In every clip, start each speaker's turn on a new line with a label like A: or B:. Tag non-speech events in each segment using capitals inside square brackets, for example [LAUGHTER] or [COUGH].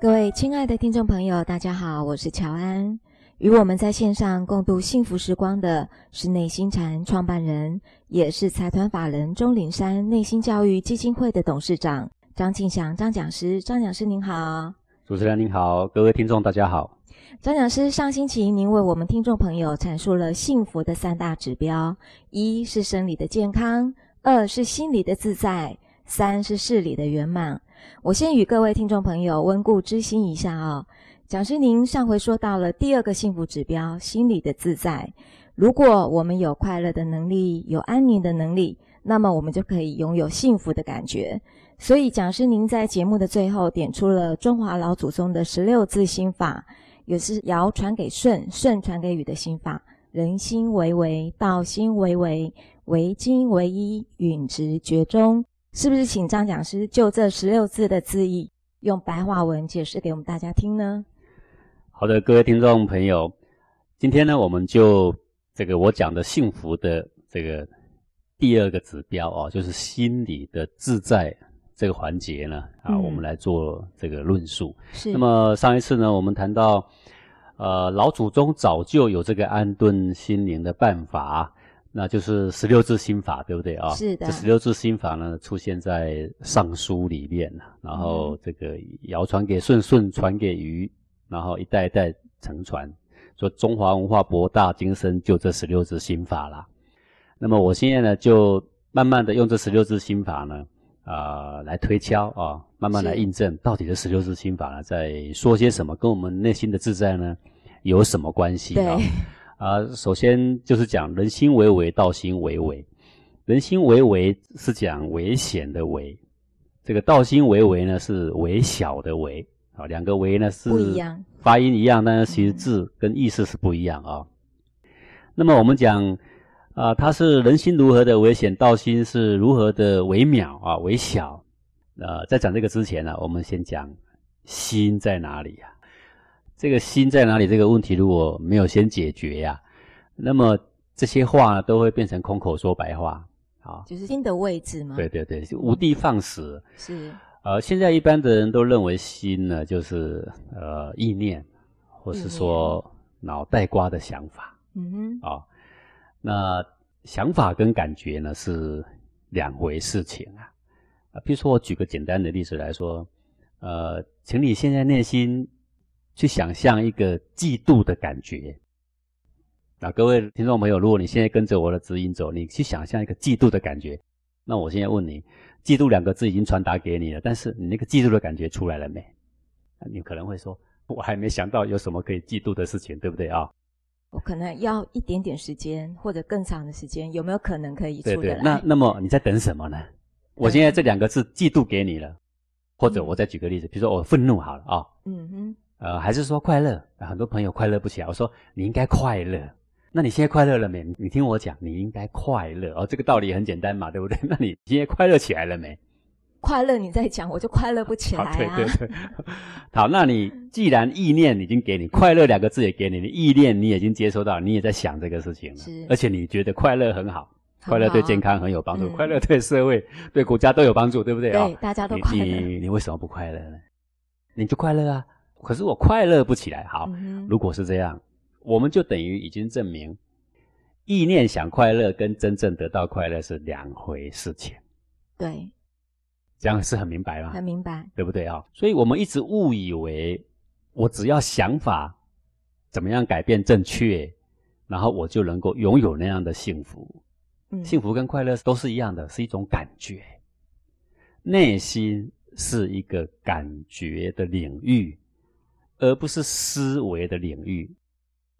A: 各位亲爱的听众朋友，大家好，我是乔安。与我们在线上共度幸福时光的是内心禅创办人，也是财团法人钟岭山内心教育基金会的董事长张庆祥张讲师。张讲师您好，
B: 主持人您好，各位听众大家好。
A: 张讲师，上星期您为我们听众朋友阐述了幸福的三大指标：一是生理的健康，二是心理的自在，三是事理的圆满。我先与各位听众朋友温故知新一下哦。讲师，您上回说到了第二个幸福指标——心理的自在。如果我们有快乐的能力，有安宁的能力，那么我们就可以拥有幸福的感觉。所以，讲师您在节目的最后点出了中华老祖宗的十六字心法，也是尧传给舜，舜传给禹的心法：人心为为，道心为为，为精为一，允直觉中。是不是请张讲师就这十六字的字义，用白话文解释给我们大家听呢？
B: 好的，各位听众朋友，今天呢，我们就这个我讲的幸福的这个第二个指标啊、哦，就是心理的自在这个环节呢啊，
A: 嗯
B: 我们来做这个论述。
A: 是
B: 那么上一次呢，我们谈到，呃，老祖宗早就有这个安顿心灵的办法，那就是十六字心法，对不对啊？
A: 是的
B: 这十六字心法呢，出现在《尚书》里面，啊然后这个尧传给舜，舜传给禹，然后一代一代承传，说中华文化博大精深，就这十六字心法啦。那么我现在呢，就慢慢的用这十六字心法呢，啊、来推敲啊，慢慢来
A: 是
B: 印证到底这十六字心法呢在说些什么，跟我们内心的自在呢有什么关系啊
A: 对？
B: [LAUGHS] 啊、首先就是讲人心为为，道心为为。人心为为是讲危险的为，这个道心为为呢是微小的为啊，两个为呢是
A: 不一样，
B: 发音一样，但是其实字跟意思是不一样啊、那么我们讲啊、它是人心如何的危险，道心是如何的微渺啊、微小。呃，在讲这个之前呢、我们先讲心在哪里呀、这个心在哪里这个问题，如果没有先解决呀、那么这些话呢都会变成空口说白话啊。
A: 就是心的位置吗？
B: 对，对对，无的放矢。
A: 是
B: 呃，现在一般的人都认为心呢，就是呃意念，或
A: 意
B: 是
A: 念
B: 说脑袋瓜的想法
A: 嗯
B: 啊、那想法跟感觉呢是两回事情啊。啊，比如说我举个简单的例子来说，呃，请你现在内心去想象一个嫉妒的感觉。啊，各位听众朋友，如果你现在跟着我的指引走，你去想象一个嫉妒的感觉，那我现在问你，嫉妒两个字已经传达给你了，但是你那个嫉妒的感觉出来了没？啊你可能会说，我还没想到有什么可以嫉妒的事情，对不对啊？
A: 哼，我可能要一点点时间或者更长的时间，有没有可能可以
B: 对
A: 出得
B: 对
A: 来？，
B: 那那么你在等什么呢？我现在这两个字嫉妒给你了，或者我再举个例子，比如说我愤怒好了啊、
A: 嗯哼，
B: 呃，还是说快乐、啊很多朋友快乐不起来，我说你应该快乐。那你现在快乐了没？你你听我讲，你应该快乐哦，这个道理很简单嘛，对不 [LAUGHS] 对？那你现在快乐起来了没？
A: 快乐你在讲，我就快乐不起来
B: 好，对
A: 啊。
B: 对对。好，那你既然意念已经给你快乐两个字也给你，你意念你已经接收到，你也在想这个事情了
A: 是，
B: 而且你觉得快乐很好，
A: 很
B: 快乐对
A: 好
B: 健康很有帮助，
A: 嗯
B: 快乐对社会、对国家都有帮助，对不对
A: 对
B: 啊？
A: 大家都
B: 你
A: 快乐。
B: 你你为什么不快乐呢？你就快乐啊！可是我快乐不起来。好，
A: 嗯哼，
B: 如果是这样，我们就等于已经证明，意念想快乐跟真正得到快乐是两回事情，
A: 对，
B: 这样是很明白吗？
A: 很明白。
B: 对不对啊、所以我们一直误以为，我只要想法怎么样改变正确，然后我就能够拥有那样的幸福。
A: 嗯，
B: 幸福跟快乐都是一样的，是一种感觉。内心是一个感觉的领域，而不是思维的领域。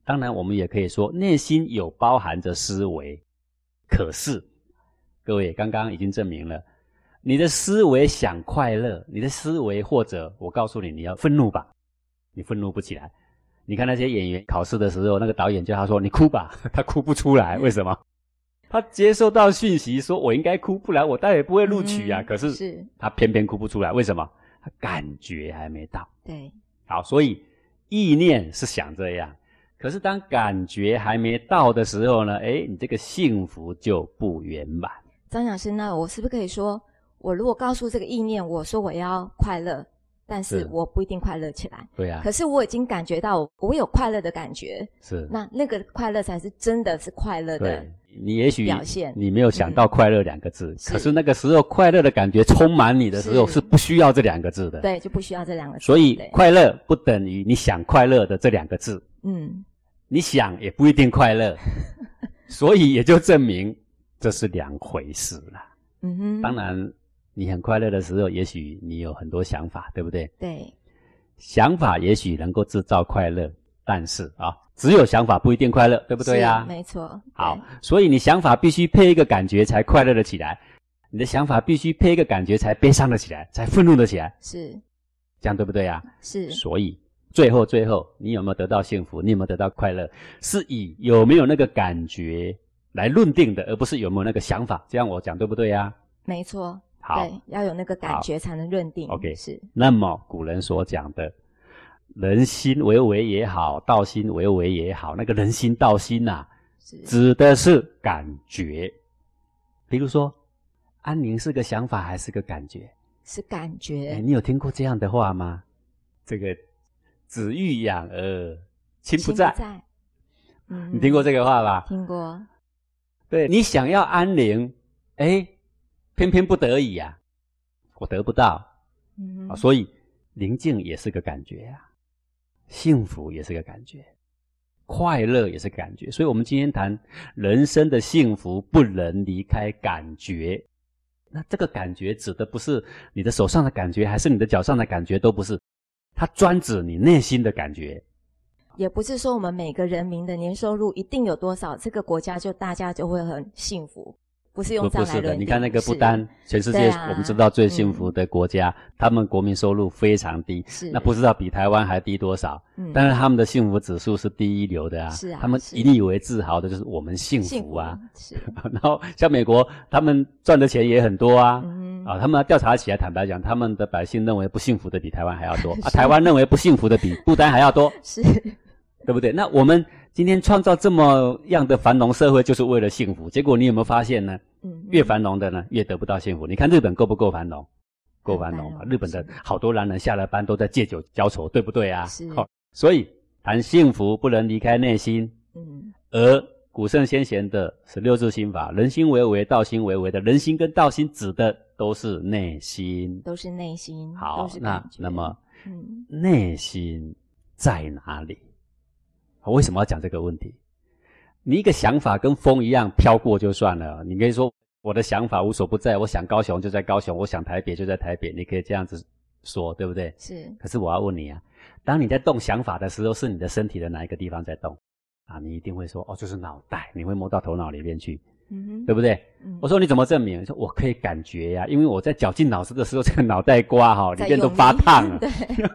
B: 当然，我们也可以说，内心有包含着思维。可是，各位刚刚已经证明了，你的思维想快乐，你的思维或者我告诉你，你要愤怒吧，你愤怒不起来。你看那些演员考试的时候，那个导演叫他说：“你哭吧。” [LAUGHS] 他哭不出来，为什么？他接受到讯息说：“我应该哭，不然我当然不会录取啊。
A: 嗯
B: 可是
A: 是，
B: 他偏偏哭不出来，为什么？他感觉还没到。
A: 对，
B: 好，所以意念是想这样，可是当感觉还没到的时候呢，哎，你这个幸福就不圆满。
A: 张讲师，那我是不是可以说，我如果告诉这个意念，我说我要快乐，但是
B: 是
A: 我不一定快乐起来。
B: 对啊
A: 可，是我已经感觉到我有快乐的感觉，
B: 是，
A: 那那个快乐才是真的是快乐的
B: 对。你也许
A: 表现嗯
B: 你没有想到“快乐”两个字，
A: 是
B: 可是那个时候快乐的感觉充满你的时候
A: 是
B: 是不需要这两个字的。，
A: 对，就不需要这两个字。
B: 所以
A: 对
B: 快乐不等于你想快乐的这两个字，
A: 嗯，
B: 你想也不一定快
A: [LAUGHS]
B: 乐，所以也就证明这是两回事啦。
A: 嗯哼，
B: 当然，你很快乐的时候，也许你有很多想法，对不对？
A: 对，
B: 想法也许能够制造快乐，但是啊，只有想法不一定快乐，对不对呀、
A: 是没错。
B: 好
A: 对，，
B: 所以你想法必须配一个感觉才快乐的起来，你的想法必须配一个感觉才悲伤的起来，才愤怒的起来，
A: 是
B: 这样对不对呀、
A: 是
B: 所以最后最后，你有没有得到幸福？你有没有得到快乐？是以有没有那个感觉来论定的，而不是有没有那个想法。这样我讲对不对呀、
A: 没错。
B: 好，
A: 对，要有那个感
B: 好
A: 觉才能认定。
B: OK
A: 是
B: 那么古人所讲的“人心为为也好，道心为为也好”，那个人心道心呐、
A: 是
B: 指的是感觉。比如说，安宁是个想法还是个感觉？
A: 是感
B: 哎，
A: 觉，
B: 你有听过这样的话吗？这个“子欲养而亲不
A: 心
B: 在”，
A: 在。嗯，
B: 你听过这个话吧？
A: 听过，
B: 对你想要安宁，哎，偏偏不得已啊，我得不到，
A: 嗯
B: 啊，
A: 哼，
B: 所以宁静也是个感觉呀、幸福也是个感觉，快乐也是个感觉。所以，我们今天谈人生的幸福，不能离开感觉。那这个感觉指的不是你的手上的感觉，还是你的脚上的感觉，都不是，它专指你内心的感觉。
A: 也不是说我们每个人民的年收入一定有多少，这个国家就大家就会很幸福，不是用
B: 不
A: 这
B: 不
A: 样来
B: 是
A: 认
B: 的，
A: 定。
B: 你看那个
A: 是
B: 不丹，全世界
A: 对啊
B: 我们知道最幸福的国家，他们国民收入非常低，
A: 是
B: 那不知道比台湾还低多少。
A: 嗯
B: 但是他们的幸福指数是第一流的啊，
A: 是啊
B: 他们
A: 是
B: 引以为自豪的就是我们幸福啊。，
A: 是
B: [LAUGHS] 然后像美国，他们赚的钱也很多啊。
A: 嗯哼
B: 啊，他们调查起来，坦白讲，他们的百姓认为不幸福的比台湾还
A: [LAUGHS]
B: 要多啊，
A: 是
B: 台湾认为不幸福的比不丹还
A: [LAUGHS]
B: 要多，
A: 是
B: 对不对？那我们今天创造这么样的繁荣社会，就是为了幸福。结果你有没有发现呢？
A: 嗯哼
B: 越繁荣的呢，越得不到幸福。你看日本够不够繁荣？够繁荣
A: 很
B: 吧？
A: 繁荣
B: 日本的
A: 是
B: 好多男人下了班都在借酒浇愁，对不对啊？
A: 是
B: 好所以谈幸福不能离开内心，
A: 嗯
B: 而古圣先贤的十六字心法，人心为为，道心为为的人心跟道心指的都是内心。
A: 都是内心，
B: 好
A: 都是，
B: 那
A: 感觉
B: 那么
A: 嗯
B: 内心在哪里？我为什么要讲这个问题？你一个想法跟风一样飘过就算了，你可以说我的想法无所不在，我想高雄就在高雄，我想台北就在台北，你可以这样子说，对不对？
A: 是
B: 可是我要问你啊，当你在动想法的时候，是你的身体的哪一个地方在动？啊，你一定会说哦，就是脑袋，你会摸到头脑里面去，
A: 嗯哼
B: 对不对？
A: 嗯
B: 我说你怎么证明？说我可以感觉呀、因为我在绞尽脑汁的时候，这个脑袋瓜哈、里
A: 在
B: 面都
A: 用力
B: 发烫
A: [LAUGHS] ，
B: 了
A: 对，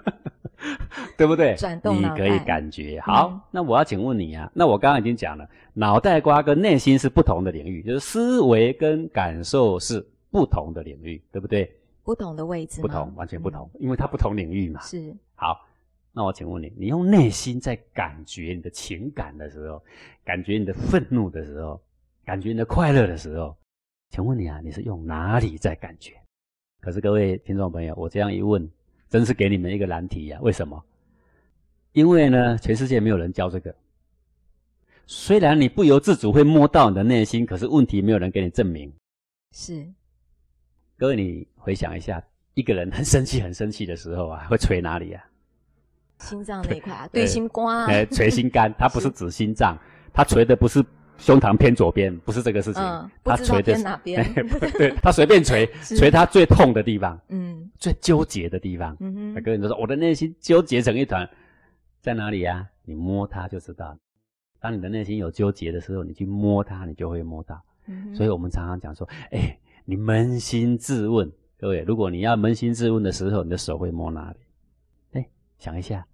A: [LAUGHS]
B: 对不对？
A: 转动
B: 你
A: 脑
B: 可以
A: 袋
B: 感觉好。
A: 嗯
B: 那我要请问你啊，那我刚刚已经讲了，脑袋瓜跟内心是不同的领域，就是思维跟感受是不同的领域，对不对？
A: 不同的位置
B: 不
A: 吗，
B: 同，完全不
A: 嗯
B: 同，因为它不同领域嘛。
A: 是
B: 好，那我请问你，你用内心在感觉你的情感的时候，感觉你的愤怒的时候，感觉你的快乐的时候，请问你啊，你是用哪里在感觉？可是各位听众朋友，我这样一问，真是给你们一个难题呀、为什么？因为呢，全世界没有人教这个。虽然你不由自主会摸到你的内心，可是问题没有人给你证明。
A: 是
B: 各位，你回想一下，一个人很生气、很生气的时候啊，会捶哪里啊？
A: 心脏那一块啊，
B: 对
A: 对心瓜啊，
B: 哎，捶心肝，它不是指心脏，它捶的不是胸膛偏左边，不是这个事情，
A: 嗯，不
B: 它
A: 知道
B: 捶的
A: 边
B: [LAUGHS] 是，哎
A: 哪边， [LAUGHS]
B: 对，它随便捶，
A: 是
B: [LAUGHS] 捶它最痛的地方，
A: 嗯
B: 最纠结的地方。
A: 嗯
B: 那
A: 哼，
B: 个人就说：“我的内心纠结成一团，在哪里呀、你摸它就知道。当你的内心有纠结的时候，你去摸它，你就会摸到。
A: 嗯哼
B: 所以我们常常讲说，哎，你扪心自问，各位，如果你要扪心自问的时候，你的手会摸哪里？哎，想一下，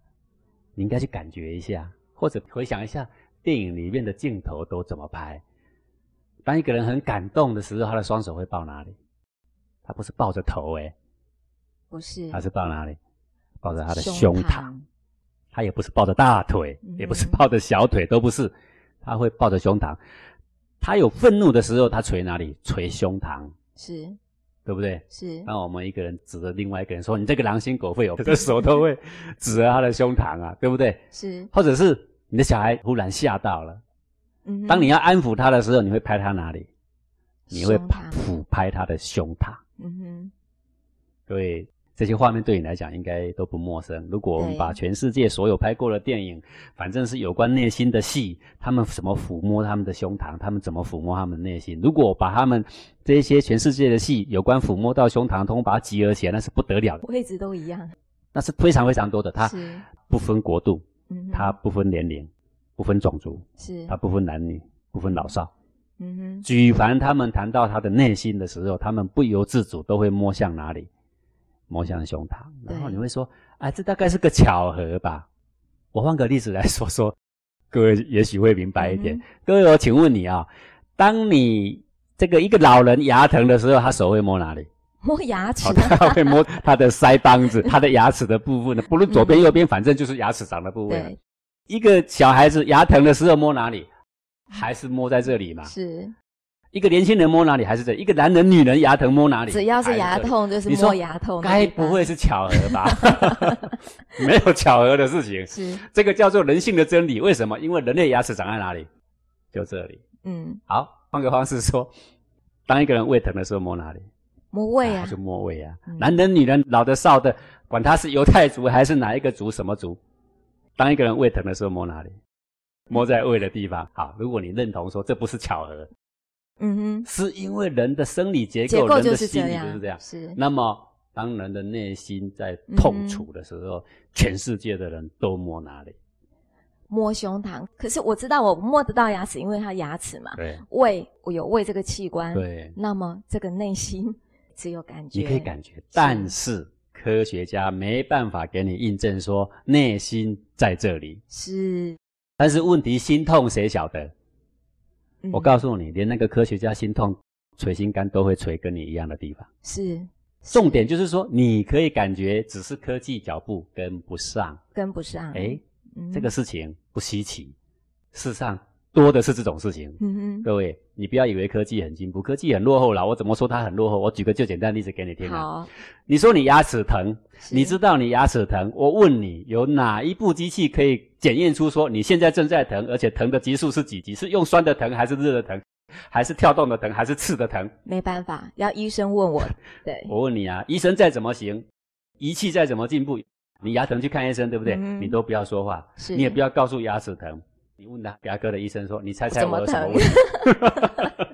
B: 你应该去感觉一下，或者回想一下电影里面的镜头都怎么拍。当一个人很感动的时候，他的双手会抱哪里？他不是抱着头、诶，
A: 不是
B: 他是抱哪里？抱着他的胸
A: 胸
B: 膛。，他也不是抱着大腿，
A: 嗯
B: 也不是抱着小腿，都不是，他会抱着胸膛。他有愤怒的时候，他捶哪里？捶胸膛，
A: 是
B: 对不对？
A: 是
B: 当我们一个人指着另外一个人说：“你 [LAUGHS] 这个狼心狗肺哦！”我的手都会指着他的胸膛啊，对不对？
A: 是，
B: 或者是你的小孩忽然吓到了，
A: 嗯哼，
B: 当你要安抚他的时候，你会拍他哪里？你会
A: 胸膛
B: 抚拍他的胸膛。
A: 嗯哼，
B: 对，这些画面对你来讲应该都不陌生。如果我们
A: 对
B: 把全世界所有拍过的电影，反正是有关内心的戏，他们怎么抚摸他们的胸膛，他们怎么抚摸他们的内心。如果把他们这些全世界的戏有关抚摸到胸膛，通通把它集合起来，那是不得了的，
A: 位置都一样，
B: 那是非常非常多的。 [LAUGHS] 它
A: 是，
B: 不分国度，
A: 嗯哼，
B: 它不分年龄，不分种族，
A: 是
B: 它，不分男女，不分老少。
A: 嗯哼，
B: 举凡他们谈到他的内心的时候，他们不由自主都会摸向哪里？摸向胸膛。
A: 对
B: 然后你会说：“哎，这大概是个巧合吧？”我换个例子来说说，各位也许会明白一点。
A: 嗯
B: 各位，我请问你啊、当你这个一个老人牙疼的时候，他手会摸哪里？
A: 摸牙齿
B: 哦，
A: 啊，
B: 他会摸他的腮帮子，他的牙齿的部分呢，不论左边右边，反正就是牙齿长的部位啊。
A: 对，嗯
B: 一个小孩子牙疼的时候摸哪里？还是摸在这里嘛？
A: 是，
B: 一个年轻人摸哪里还是这里一个男人、女人牙疼摸哪里？
A: 只要
B: 还
A: 是牙
B: 这里，
A: 痛就是
B: 你说
A: 摸牙痛的地方，
B: 该不会是巧合吧？ [LAUGHS] 没有巧合的事情，
A: 是，
B: 这个叫做人性的真理。为什么？因为人类牙齿长在哪里？就这里。
A: 嗯，
B: 好，换个方式说，当一个人胃疼的时候摸哪里？
A: 摸胃
B: 啊
A: 啊
B: 就，摸胃啊。
A: 嗯
B: 男人、女人、老的、少的，管他是犹太族还是哪一个族、什么族，当一个人胃疼的时候摸哪里？摸在胃的地方。好，如果你认同说这不是巧合，
A: 嗯哼，
B: 是因为人的生理结
A: 结
B: 构、
A: 构
B: 人
A: 就
B: 的
A: 是
B: 心
A: 这
B: 理
A: 样，
B: 就是这样。嗯
A: 是，
B: 那么，当人的内心在痛楚的时
A: 嗯
B: 候，全世界的人都摸哪里？
A: 摸胸膛，可是我知道我摸得到牙齿，因为它牙齿嘛，
B: 对
A: 胃我有胃这个器官，，
B: 对，
A: 那么这个内心 [LAUGHS] 只有感觉，
B: 你可以感觉，但是科学家没办法给你印证说内心在这里。
A: 是，
B: 但是问题，心痛谁晓得？
A: 嗯
B: 我告诉你，连那个科学家心痛捶心肝都会捶跟你一样的地方。
A: 是
B: 重点就是说，你可以感觉，只是科技脚步跟不上。
A: 跟不上，
B: 哎、
A: 嗯，
B: 这个事情不稀奇，世上多的是这种事情。
A: 嗯
B: 各位，你不要以为科技很进步，科技很落后啦。我怎么说它很落后？我举个最简单的例子给你
A: 哼，
B: 听啊。
A: 好，
B: 你说你牙齿疼，
A: 是
B: 你知道你牙齿疼，我问你，有哪一部机器可以检验出说你现在正在疼，而且疼的级数是几级？是用酸的疼，还是热的疼，还是跳动的疼，还是刺的疼？
A: 没办法，要医生问
B: [LAUGHS]
A: 我，对，
B: 我问你啊，医生再怎么行，仪器再怎么进步，你牙疼去看医生，对不对？
A: 嗯
B: 你都不要说话，
A: 是
B: 你也不要告诉牙齿疼。你问他牙科的医生说：“你猜猜
A: 怎
B: 我
A: 么
B: 有什么
A: 疼
B: 问题？”
A: [LAUGHS]
B: [LAUGHS]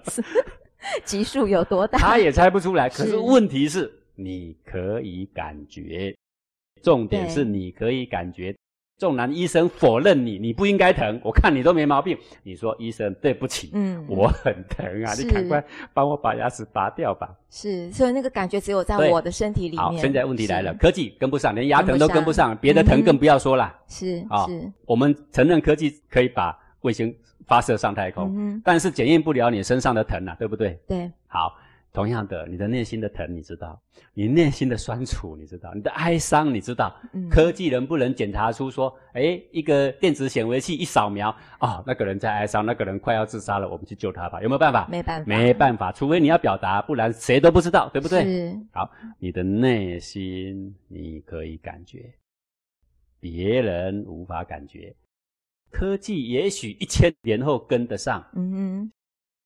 A: 级数有多 [LAUGHS] 大？
B: 他也猜不出来。可
A: 是
B: 是问题是，你可以感觉，重点
A: 对
B: 是你可以感觉。纵然医生否认你，你不应该疼，我看你都没毛病。你说医生对不起，
A: 嗯，
B: 我很疼啊，
A: 是
B: 你赶快帮我把牙齿拔掉吧。
A: 是，所以那个感觉只有在
B: 对
A: 我的身体里
B: 好，
A: 面。
B: 现在问题
A: 是
B: 来了，，科技跟不上，连牙
A: 跟
B: 疼
A: 不
B: 都跟不
A: 上
B: 上，别的
A: 嗯
B: 疼
A: 哼
B: 更不要说啦。
A: 是
B: 啊
A: 是，
B: 我们承认科技可以把卫星发射上太空，
A: 嗯哼，
B: 但是检验不了你身上的疼啊，对不对？
A: 对，
B: 好，同样的，你的内心的疼你知道，你内心的酸楚你知道，你的哀伤你知道。
A: 嗯，
B: 科技能不能检查出说，哎，一个电子显微器一扫描，哦，那个人在哀伤，那个人快要自杀了，我们去救他吧？有没有办法？
A: 没办法，
B: 没办法，除非你要表达，不然谁都不知道，对
A: 法
B: 不对？
A: 是，
B: 你的内心你可以感觉，别人无法感觉。科技也许一千年后跟得上，
A: 嗯哼，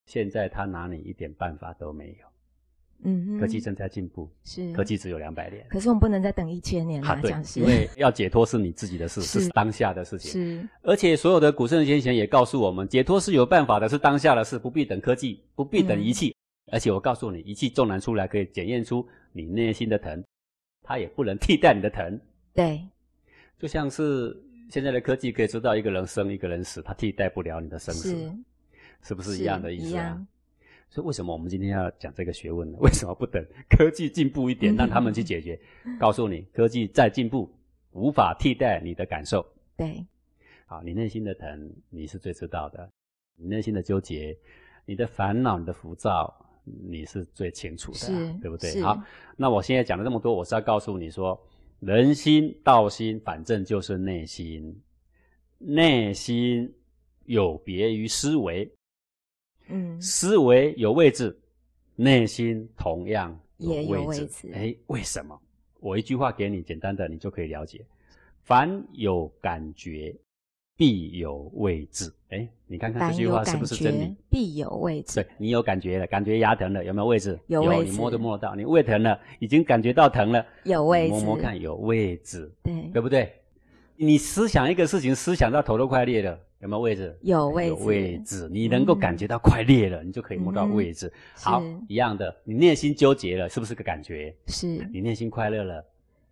B: 现在他拿你一点办法都没有。
A: 嗯哼，
B: 科技正在进步，
A: 是
B: 科。技只有两百年。
A: 可是我们不能再等一千年
B: 啊，
A: 啦，
B: 对
A: 讲，是
B: 因为要解脱是你自己的事，
A: 是
B: 是当下的事情。
A: 是，
B: 而且所有的古圣先贤也告诉我们，解脱是有办法的，是当下的事，不必等科技，不必等仪
A: 嗯
B: 器。而且我告诉你，仪器纵然出来可以检验出你内心的疼，它也不能替代你的疼。
A: 对，
B: 就像是现在的科技可以知道一个人生一个人死，它替代不了你的生死，
A: 是
B: 是不是一样的意
A: 一
B: 思啊
A: 样？，
B: 所以为什么我们今天要讲这个学问呢？ [LAUGHS] 为什么不等科技进步一点，
A: 嗯
B: 让他们去
A: [LAUGHS]
B: 解决？告诉你，科技再进步，无法替代你的感受。
A: 对，
B: 啊，你内心的疼，你是最知道的；你内心的纠结、你的烦恼、你的浮躁，你是最清楚的啊、
A: 是
B: 对不对？
A: 是
B: 好，那我现在讲了这么多，我是要告诉你说，人心、道心，反正就是内心。内心有别于思维，
A: 嗯，
B: 思维有位置，内心同样
A: 也有
B: 位
A: 位
B: 置
A: 置。
B: 哎，为什么？我一句话给你，简单的你就可以了解。凡有感觉，必有位置。哎，你看看
A: 凡
B: 这句
A: 有
B: 话是
A: 感
B: 不是真
A: 觉
B: 理？
A: 必有位置，
B: 对你有感觉了，感觉牙疼了，有没有位置？
A: 有位置
B: 你摸都摸得到。你胃疼了，已经感觉到疼了，
A: 有位置，
B: 摸摸看有位置，
A: 对，
B: 对不对？你思想一个事情，思想到头都快裂了，有没有位置？
A: 有位
B: 有
A: 置，
B: 位置，你能够
A: 嗯
B: 感觉到快裂了，你就可以摸到
A: 嗯哼
B: 位置。
A: 是
B: 好，一样的，你内心纠结了，是不是个感觉？
A: 是，
B: 你内心快乐了，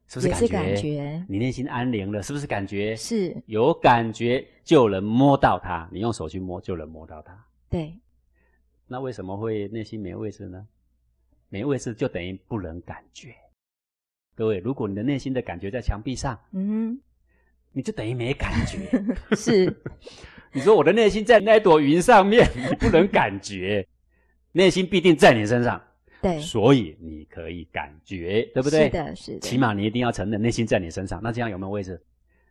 B: 是不是
A: 也
B: 感
A: 是
B: 觉？
A: 感觉，
B: 你内心安宁了，是不是感觉？
A: 是
B: 有感觉就能摸到它，你用手去摸就能摸到它。
A: 对，
B: 那为什么会内心没位置呢？没位置就等于不能感觉。各位，如果你的内心的感觉在墙壁上，
A: 嗯
B: 你就等于没感觉。
A: 哼，
B: [LAUGHS]
A: 是
B: 你说我的内心在那朵云
A: [LAUGHS]
B: 上面，你不能感觉，内心必定在你身上，
A: 对，
B: 所以你可以感觉，对
A: 对
B: 不对？
A: 是的，是的，
B: 起码你一定要承认内心在你身上，那这样有没有位置？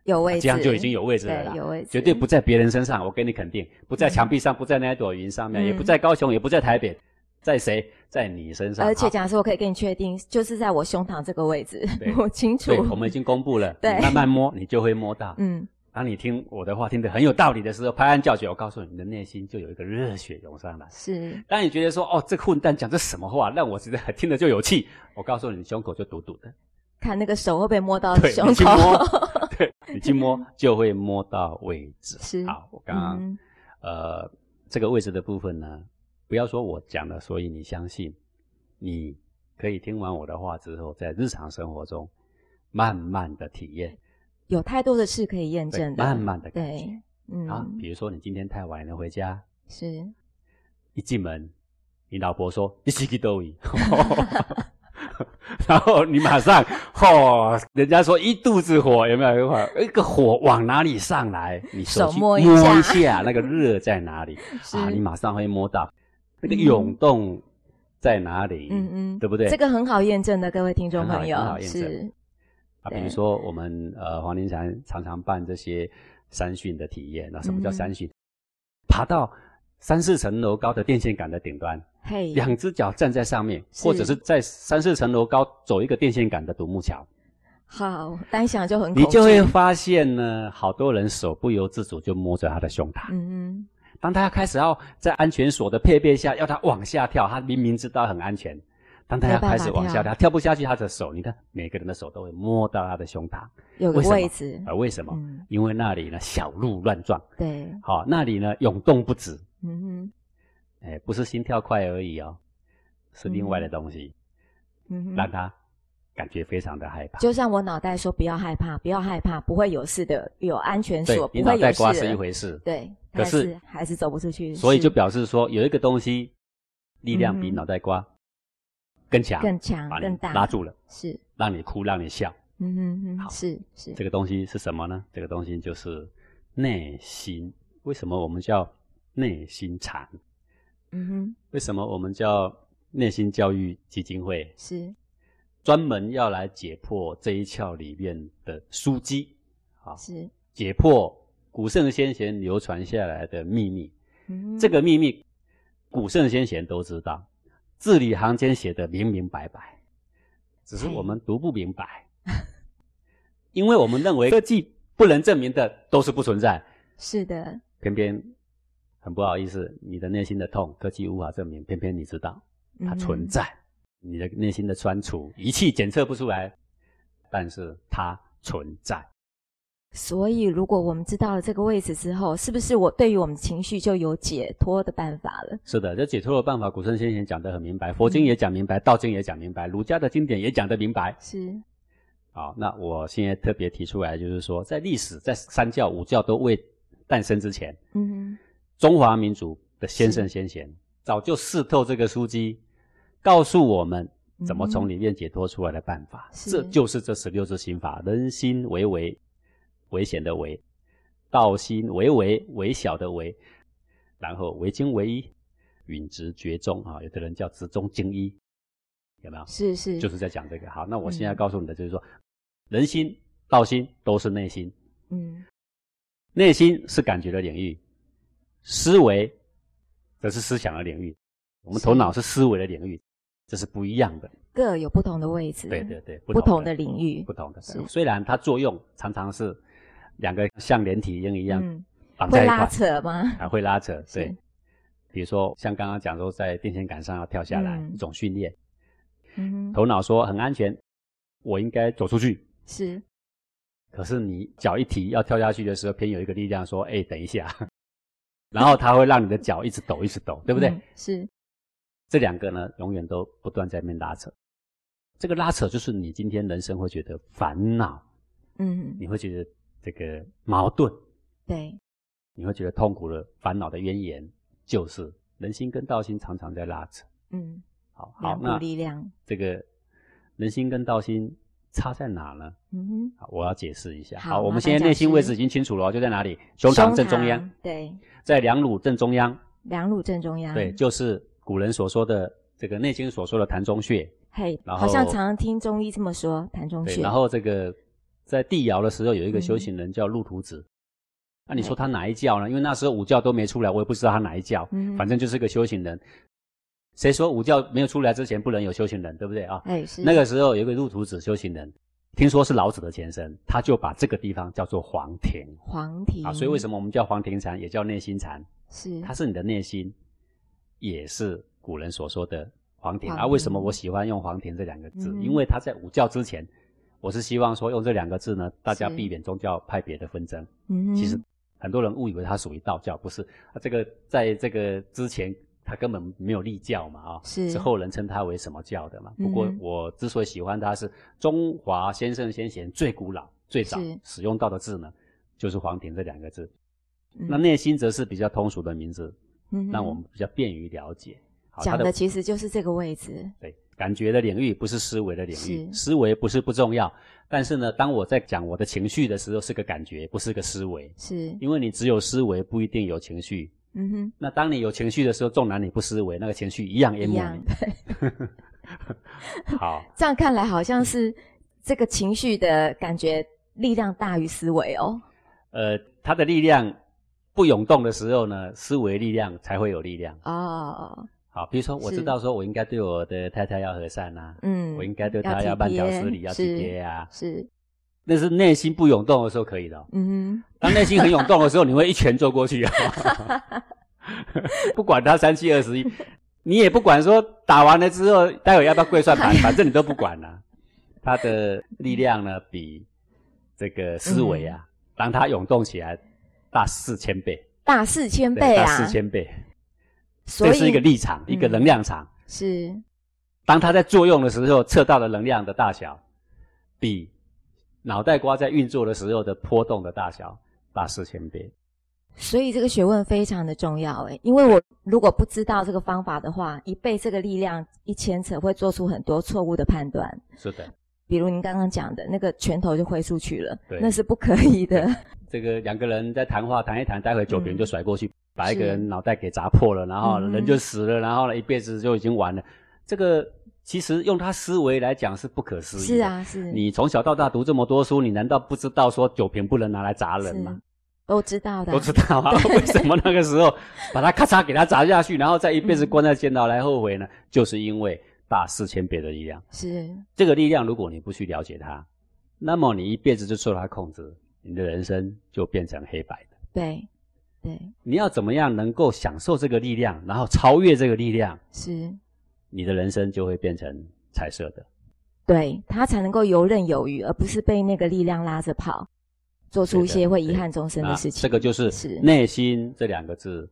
A: 有位置，
B: 啊这样就已经有位置了
A: 对，
B: 啦，
A: 有位置，
B: 绝对不在别人身上，我给你肯定，不在墙壁上，不在那一朵云上面，
A: 嗯
B: 也不在高雄，也不在台北，在谁？在你身上。
A: 而且
B: 啊好
A: 讲师，我可以跟你确定，就是在我胸膛这个位置
B: 对，
A: 我清楚
B: 对，。我们已经公布了，
A: [LAUGHS] 对
B: 你慢慢摸，你就会摸到。
A: 嗯，
B: 当你听我的话听得很有道理的时候，拍案叫绝，我告诉你，你的内心就有一个热血涌上来。
A: 是
B: 当你觉得说，哦，这个混蛋讲这什么话，让我实在听了就有气， [LAUGHS] 我告诉你，你胸口就堵堵的。 [LAUGHS]
A: 看那个手会不会摸到
B: 对，
A: 胸
B: 你去
A: 口？
B: 摸，啊对你去摸就会摸到位置。
A: 是
B: 好，我刚刚、
A: 嗯，
B: 呃这个位置的部分呢，不要说我讲了，所以你相信，你可以听完我的话之后，在日常生活中慢慢的体验，
A: 有太多的事可以验
B: 对
A: 证的。
B: 慢慢的感觉
A: 对，嗯，
B: 啊。比如说你今天太晚了回家，
A: 是
B: 一进门，你老婆说你是去哪里？ [LAUGHS] 然后你马上，哦，人家说一肚子火，有没有？有没有一个火往哪里上来？你手
A: 手
B: 去
A: 摸一
B: 摸
A: 下
B: 一下，那个热在哪里
A: 是，
B: 啊？你马上会摸到那个
A: 嗯
B: 涌动在哪里，
A: 嗯嗯，
B: 对不对？
A: 这个很好验证的，各位听众
B: 很好
A: 朋友
B: 很好，验证
A: 是
B: 啊，
A: 对
B: 比如说我们呃黄庭禅常常办这些山训的体验，那什么叫
A: 嗯
B: 山训？爬到三四层楼高的电线杆的顶端，
A: 嘿，
B: 两只脚站在上面，
A: 是
B: 或者是在三四层楼高走一个电线杆的独木桥，
A: 好，单想就很
B: 你
A: 恐
B: 就会
A: 惧
B: 发现呢，好多人手不由自主就摸着他的胸膛。
A: 嗯
B: 当他开始要在安全锁的配备下要他往下跳，他明明知道很安全，当他要
A: 没办法
B: 开始往下
A: 跳
B: 跳，跳不下去，他的手，你看每个人的手都会摸到他的胸膛，
A: 哼，有个
B: 为什么
A: 位置，
B: 而为什么？
A: 嗯，
B: 因为那里呢小鹿乱撞，
A: 对，
B: 好、那里呢涌动不止，
A: 嗯哼，
B: 哎，不是心跳快而已哦，是另外的
A: 嗯
B: 东西，
A: 嗯
B: 让
A: 哼，
B: 他感觉非常的害怕。
A: 就像我脑袋说不要害怕，不要害怕，不会有事的，有安全
B: 对
A: 锁，，
B: 你
A: 不
B: 脑
A: 会
B: 袋
A: 有
B: 瓜
A: 事
B: 是一
A: 的。
B: 回事，
A: 对，
B: 可
A: 还
B: 是
A: 是还是走不出去，
B: 所以就是表示说有一个东西力量比
A: 嗯哼
B: 脑袋瓜更强，
A: 更强
B: 把你
A: 更大，
B: 拉住了，
A: 是，
B: 让你哭，让你笑。
A: 嗯哼
B: 好
A: 哼，是是，
B: 这个东西是什么呢？这个东西就是内心。为什么我们叫内心禅？
A: 嗯哼，
B: 为什么我们叫内心教育基金会？
A: 是
B: 专门要来解破这一窍里面的枢机，啊，
A: 是，
B: 解破古圣先贤流传下来的秘密。
A: 嗯哼
B: 这个秘密，古圣先贤都知道，字里行间写的明明白白，只是我们读不明白， [LAUGHS] 因为我们认为科技不能证明的都是不存在，
A: 是的，嗯
B: 偏偏很不好意思，你的内心的痛，科技无法证明，偏偏你知道它
A: 嗯哼
B: 存在，你的内心的酸楚，仪器检测不出来，但是它存在。
A: 所以，如果我们知道了这个位置之后，是不是我对于我们情绪就有解脱的办法了？
B: 是的，这解脱的办法，古圣先贤讲得很明白，佛经也讲明白，道经也讲明白，儒家的经典也讲得明白。
A: 是，
B: 好，那我现在特别提出来，就是说，在历史在三教五教都未诞生之前，
A: 嗯
B: 中华民族的先
A: 是
B: 圣先贤早就试透这个书籍，告诉我们
A: 嗯哼，
B: 怎么从里面解脱出来的办法。
A: 是
B: 这就是这十六字心法：人心为为，危险的为；道心为为，微小的为；然后为精为一，允直觉中啊，有的人叫直中精一，有没有？
A: 是是
B: 就是在讲这个。好，那我现在
A: 嗯
B: 告诉你的就是说，人心、道心都是内心，
A: 嗯
B: 内心是感觉的领域，思维则是思想的领域。我们
A: 是
B: 头脑是思维的领域，这是不一样的。
A: 各有不同的位置，
B: 对对对，
A: 嗯不同的领域
B: 不，同的
A: 是。
B: 虽然它作用常常是两个像连体婴一样
A: 嗯，
B: 绑在
A: 会
B: 一
A: 拉
B: 块，啊
A: 扯吗？
B: 还会拉扯。
A: 是
B: 对，比如说像刚刚讲说，在电线杆上要跳下来，
A: 嗯
B: 一种训练。
A: 嗯哼，
B: 头脑说很安全，我应该走出去。
A: 是
B: 可是你脚一提要跳下去的时候，偏有一个力量说：“哎，等一下。” [LAUGHS] 然后它会让你的脚一直抖，一直抖，对不对？
A: 嗯是，
B: 这两个呢，永远都不断在那边拉扯。这个拉扯就是你今天人生会觉得烦恼，
A: 嗯，
B: 你会觉得这个矛盾，
A: 对，
B: 你会觉得痛苦的烦恼的渊源，就是人心跟道心常常在拉扯。
A: 嗯，
B: 好好
A: 两，股
B: 那
A: 力量，
B: 这个人心跟道心差在哪呢？
A: 嗯哼，
B: 好，我要解释一下。
A: 好
B: 我
A: 麻
B: 们
A: 烦
B: 现在
A: 讲
B: 内心位
A: 师
B: 置已经清楚了，就在哪里？胸膛正中央
A: 膛，，对，
B: [LAUGHS]
A: 嗯
B: 在两乳正中央，
A: 两乳正中央，
B: 对，就是古人所说的这个内经所说的膻中穴，
A: 嘿，
B: 然
A: 好像
B: 后
A: 常常听中医这么说，膻中
B: 对，
A: 穴，
B: 然后这个在帝尧的时候，有一个
A: 嗯
B: 修行人叫陆屠子。那、你说他哪一教呢？因为那时候五教都没出来，我也不知道他哪一教，
A: 嗯
B: 反正就是个修行人。谁说五教没有出来之前不能有修行人，对不对啊？
A: 哎是
B: 那个时候有一个入土子修行人，听说是老子的前身，他就把这个地方叫做黄庭
A: 黄体
B: 啊。所以为什
A: 么
B: 么我们叫黄庭禅，也叫内心禅？
A: 是
B: 它是你的内心，也是古人所说的黄庭
A: 黄
B: 啊。
A: 庭
B: 为什么我喜欢用黄庭这两个字？
A: 嗯哼
B: 因为它在五教之前，我是希望说用这两个字呢，大家
A: 是
B: 避免宗教派别的纷争。
A: 嗯哼
B: 其实很多人误以为它属于道教，不是。它这个在这个之前，它根本没有立教嘛，啊、
A: 是
B: 后人称它为什么教的嘛。
A: 嗯哼
B: 不过我之所以喜欢它，是中华先圣先贤最古老、最早
A: 是
B: 使用到的字呢，就是黄庭这两个字。
A: 嗯
B: 那内心则是比较通俗的名字，
A: 嗯哼
B: 让我们比较便于了解。好，它
A: 讲
B: 的
A: 的其实就是这个位置，
B: 对感觉的领域不是思维的领域，
A: 是
B: 思维不是不重要，但是呢，当我在讲我的情绪的时候，是个感觉，不是个思维。
A: 是，
B: 因为你只有思维，不一定有情绪。
A: 嗯哼，
B: 那当你有情绪的时候，纵然你不思维，那个情绪一样淹
A: 一
B: 没
A: 样。
B: 你。 [LAUGHS] 好，
A: 这样看来好
B: 嗯
A: 像是这个情绪的感觉力量大于思维哦。
B: 呃，它的力量不涌动的时候呢，思维力量才会有力量。
A: 哦，
B: 好，比如说我
A: 是
B: 知道说我应该对我的太太要和善啊，
A: 嗯，
B: 我应该对
A: 要
B: 她
A: 体
B: 要慢条
A: 贴
B: 斯理，要
A: 是
B: 体贴啊。
A: 是，
B: 那是内心不涌动的时候可以的哦、
A: 嗯
B: 当内心很涌动的时候，你会一拳揍过去啊！ [LAUGHS] 不管他三七二十一，你也不管说打完了之后，待会要不要跪算盘，反正你都不管了、他的力量呢，比这个思维
A: 嗯
B: 啊，当他涌动起来，大四千倍，
A: 哼，大四千
B: 对
A: 倍
B: 大
A: 啊，
B: 四千倍。
A: 所
B: 这
A: 以嗯
B: 是一个立场，一个能量场。
A: 是
B: 当它在作用的时候，测到的能量的大小，比脑袋瓜在运作的时候的波动的大小大四千倍。
A: 所以这个学问非常的重要诶，因为我如果不知道这个方法的话，一被这个力量一牵扯，会做出很多错误的判断。
B: 是的。
A: 比如您刚刚讲的那个拳头就挥出去了，
B: 对
A: 那是不可以的。
B: 这个两个人在谈话，谈一谈，待会酒瓶就甩过去，把一个
A: 是
B: 人脑袋给砸破了，然后
A: 嗯哼
B: 人就死了，然后呢一辈子就已经完了。这个其实用他思维来讲是不可思议。
A: [LAUGHS] 是，啊，是，
B: 你从小到大读这么多书，你难道不知道说酒瓶不能拿来砸人吗
A: 是？啊都知道的啊，
B: 都知道啊，为什么那个时候把它咔嚓给它砸下去，然后再一辈子关在监牢来后
A: [LAUGHS]
B: 悔呢？就是因为大四千倍的力量。
A: 是
B: 这个力量，如果你不去了解它，那么你一辈子就受它控制，你的人生就变成黑白的。
A: 对，对，
B: 你要怎么样能够享受这个力量，然后超越这个力量，
A: 是，
B: 你的人生就会变成彩色的。
A: 对他才能够游刃有余，而不是被那个力量拉着跑，做出一
B: 对
A: 些
B: 的
A: 会遗憾终身的
B: 那
A: 事情。
B: 这个就是
A: 是
B: 内心这两个字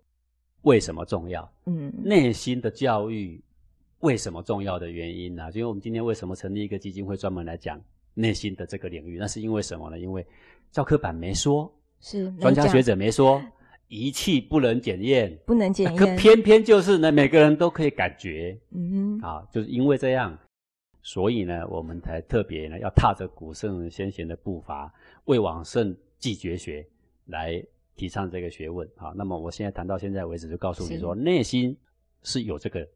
B: 为什么重要？
A: 嗯，
B: 内心的教育为什么重要的原因呢、啊？所以我们今天为什么成立一个基金会专门来讲内心的这个领域？那是因为什么呢？因为教科版没说，
A: 是
B: 专家学
A: 者
B: 者没说，仪器不能检验，
A: 不能检
B: 可
A: 验，
B: 偏偏就是呢，每个人都可以感觉。
A: 嗯哼，
B: 啊，就是因为这样，所以呢，我们才特别呢要踏着古圣先贤的步伐，为往圣继绝学来提倡这个学问啊。那么我现在谈到现在为止，就告诉你
A: 是
B: 说，内心是有这个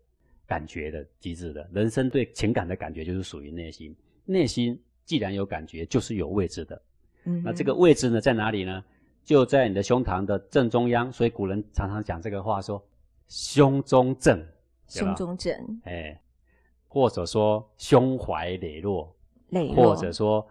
B: 感觉的机制的，人生对情感的感觉就是属于内心，内心既然有感觉，就是有位置的。
A: 嗯哼，
B: 那这个位置呢，在哪里呢？就在你的胸膛的正中央，所以古人常常讲这个话说“胸中正”，对吧
A: 胸中症
B: 哎，或者说胸怀磊落，
A: 磊落，
B: 或者说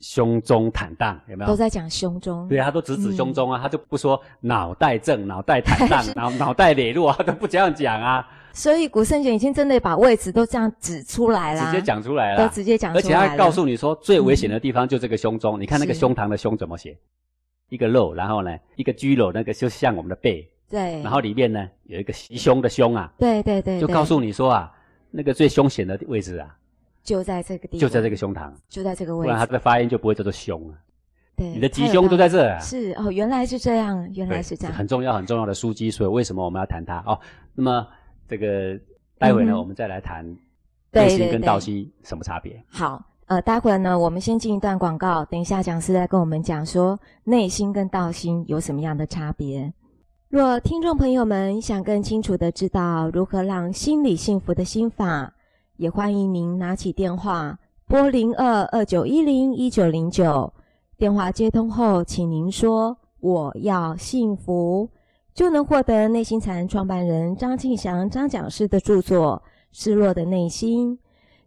B: 胸中坦荡，有没有
A: 都？在嗯讲胸中，
B: 对，他都直指胸中啊，他就不说脑袋正、脑袋
A: [LAUGHS]
B: 坦荡、脑脑袋磊落啊，他都不这样讲啊，
A: 所以古圣贤已经真的把位置都这样指出来啦，
B: 直接讲出来
A: 都
B: 了。
A: 直接讲出
B: 而
A: 来
B: 且
A: 了，嗯
B: 他告诉你说，最危险的地方就这个胸中。你看那个
A: 是
B: 胸膛的胸怎么写？一个肉，然后呢，一个居楼，那个就像我们的背，
A: 对，
B: 然后里面呢有一个袭胸的胸啊，
A: 对对对，
B: 就
A: 对
B: 告诉你说啊，那个最凶险的位置啊，
A: 就在这个地方，
B: 就在这个，胸膛，
A: 就在这个
B: 不
A: 位
B: 然它
A: 置，
B: 的发音就不会叫做胸啊。
A: 对，
B: 你的
A: 嗯
B: 吉
A: 太有
B: 凶
A: 道
B: 都在这儿啊
A: 理。是哦，原来是这样，原来
B: 对
A: 是这样，
B: 很重要很重要的枢机，所以为什么我们要谈它哦？那么这个待会
A: 嗯
B: 呢，
A: 哼
B: 我们再来谈内
A: 对
B: 心
A: 对
B: 跟
A: 对
B: 道心什么差别。
A: 好，呃，待会儿呢，我们先进一段广告，等一下讲师来跟我们讲说内心跟道心有什么样的差别。若听众朋友们想更清楚的知道如何让心理幸福的心法，也欢迎您拿起电话拨零二二九一零一九零九，电话接通后，请您说我要幸福，就能获得内心禅创办人张庆祥张讲师的著作《失落的内心》。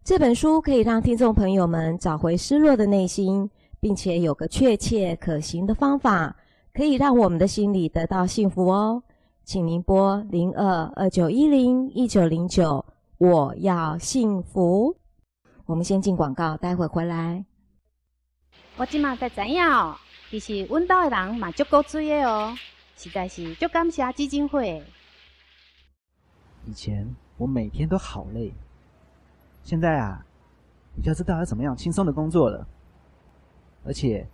A: 这本书可以让听众朋友们找回失落的内心，并且有个确切可行的方法，可以让我们的心里得到幸福哦。请您拨零二二九一零一九零九，我要幸福。我们先进广告，待会回来。
C: 我即马才知影哦，其实阮兜的人嘛足够水的哦，实在是足感谢基金会的。
D: 以前我每天都好累，现在啊，比较知道要怎么样轻松的工作了。而且，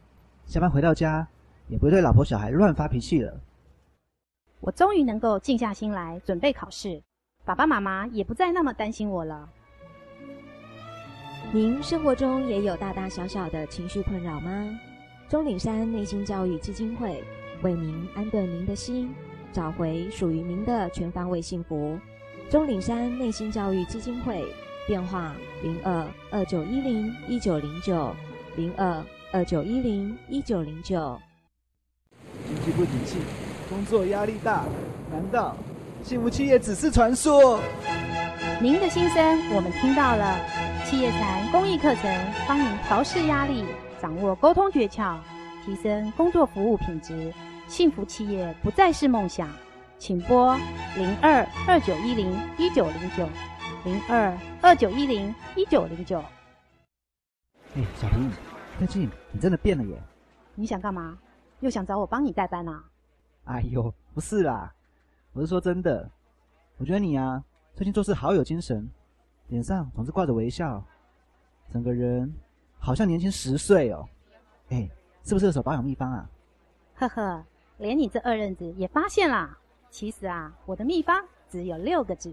D: 下班回到家也不会对老婆小孩乱发脾气了。
C: 我终于能够静下心来准备考试，爸爸妈妈也不再那么担心我了。
A: 您生活中也有大大小小的情绪困扰吗？钟岭山内心教育基金会为您安顿您的心，找回属于您的全方位幸福。钟岭山内心教育基金会电话零二二九一零一九零九零二二九一零一九零九。
D: 经济不景气，工作压力大，难道幸福企业只是传说？
C: 您的心声我们听到了，企业禅公益课程帮您调试压力，掌握沟通诀窍，提升工作服务品质，幸福企业不再是梦想。请拨零二二九一零一九零九零二二九一零一九零九。
D: 哎，小平，最近你真的变了耶！
C: 你想干嘛？又想找我帮你代班啊？
D: 哎呦，不是啦，我是说真的，我觉得你啊，最近做事好有精神，脸上总是挂着微笑，整个人好像年轻十岁哦。哎，是不是有什么保养秘方啊？
C: 呵呵，连你这二愣子也发现啦。其实啊，我的秘方只有六个字，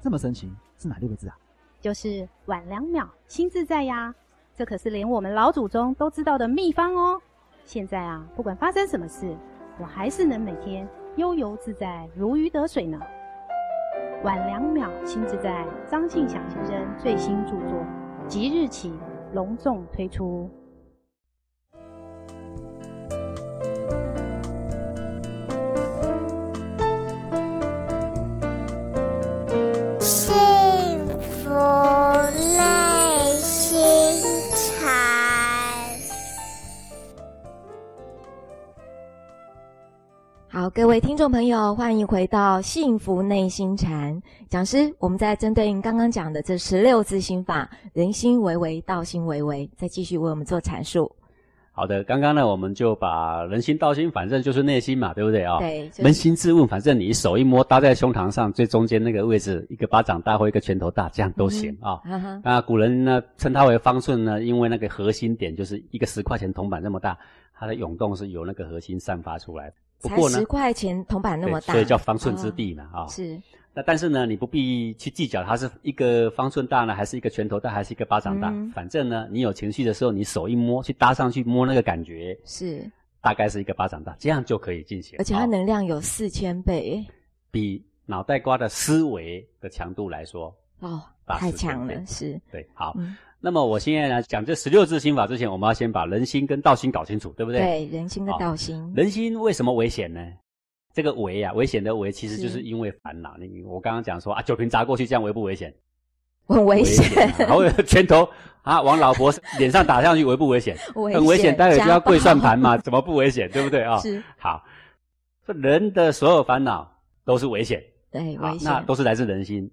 D: 这么神奇，是哪六个字啊？
C: 就是晚两秒，心自在呀。这可是连我们老祖宗都知道的秘方哦。现在啊，不管发生什么事，我还是能每天悠游自在，如鱼得水呢。晚两秒，心自在，张庆祥先生最新著作，即日起隆重推出。
E: 幸福内心禅。
A: 好，各位听众朋友，欢迎回到《幸福内心禅》讲师。我们在针对您刚刚讲的这十六字心法，人心为为，道心为为，再继续为我们做阐述。
B: 好的，刚刚呢，我们就把人心、道心，反正就是内心嘛，对不对啊、
A: 对，就
B: 扪
A: 是
B: 心自问，反正你手一摸，搭在胸膛上最中间那个位置，一个巴掌大或一个拳头大，这样都行啊、
A: 哈哈，
B: 那古人呢，称它为方寸呢，因为那个核心点就是一个十块钱铜板这么大，它的涌动是由那个核心散发出来的。不
A: 才
B: 过呢
A: 十，块钱铜板那
B: 对
A: 么大，嗯
B: 所以叫方寸之地嘛啊、
A: 是
B: 那但是呢，你不必去计较它是一个方寸大呢，还是一个拳头大，还是一个巴掌大。
A: 嗯
B: 反正呢，你有情绪的时候，你手一摸，去搭上去摸那个感觉，
A: 是，
B: 大概是一个巴掌大，这样就可以进行。
A: 而且它
B: 哦
A: 能量有四千倍
B: 比脑袋瓜的思维的强度来说，
A: 哦，
B: 大
A: 太
B: 四千
A: 强
B: 倍
A: 了，是
B: 对，好。
A: 嗯，
B: 那么我现在呢，讲这十六字心法之前，我们要先把人心跟道心搞清楚，对不对？。
A: 对人心跟
B: 好
A: 道心，
B: 人心为什么危险呢？这个危啊，危险的危，其实就是是因为烦恼。你我刚刚讲说啊，酒瓶砸过去，这样危不危险？
A: 很危险，
B: 然后拳头啊往老婆脸上打上去，危不危险？
A: 危
B: 很危险，待会就要跪算盘
A: 嘛。
B: 嘛，怎 [LAUGHS] 么不危险？对不对啊、
A: [LAUGHS] 是，
B: 好，这人的所有烦恼都是危险，
A: 对，
B: 好
A: 危，
B: 那
A: 险
B: 都是来自人心。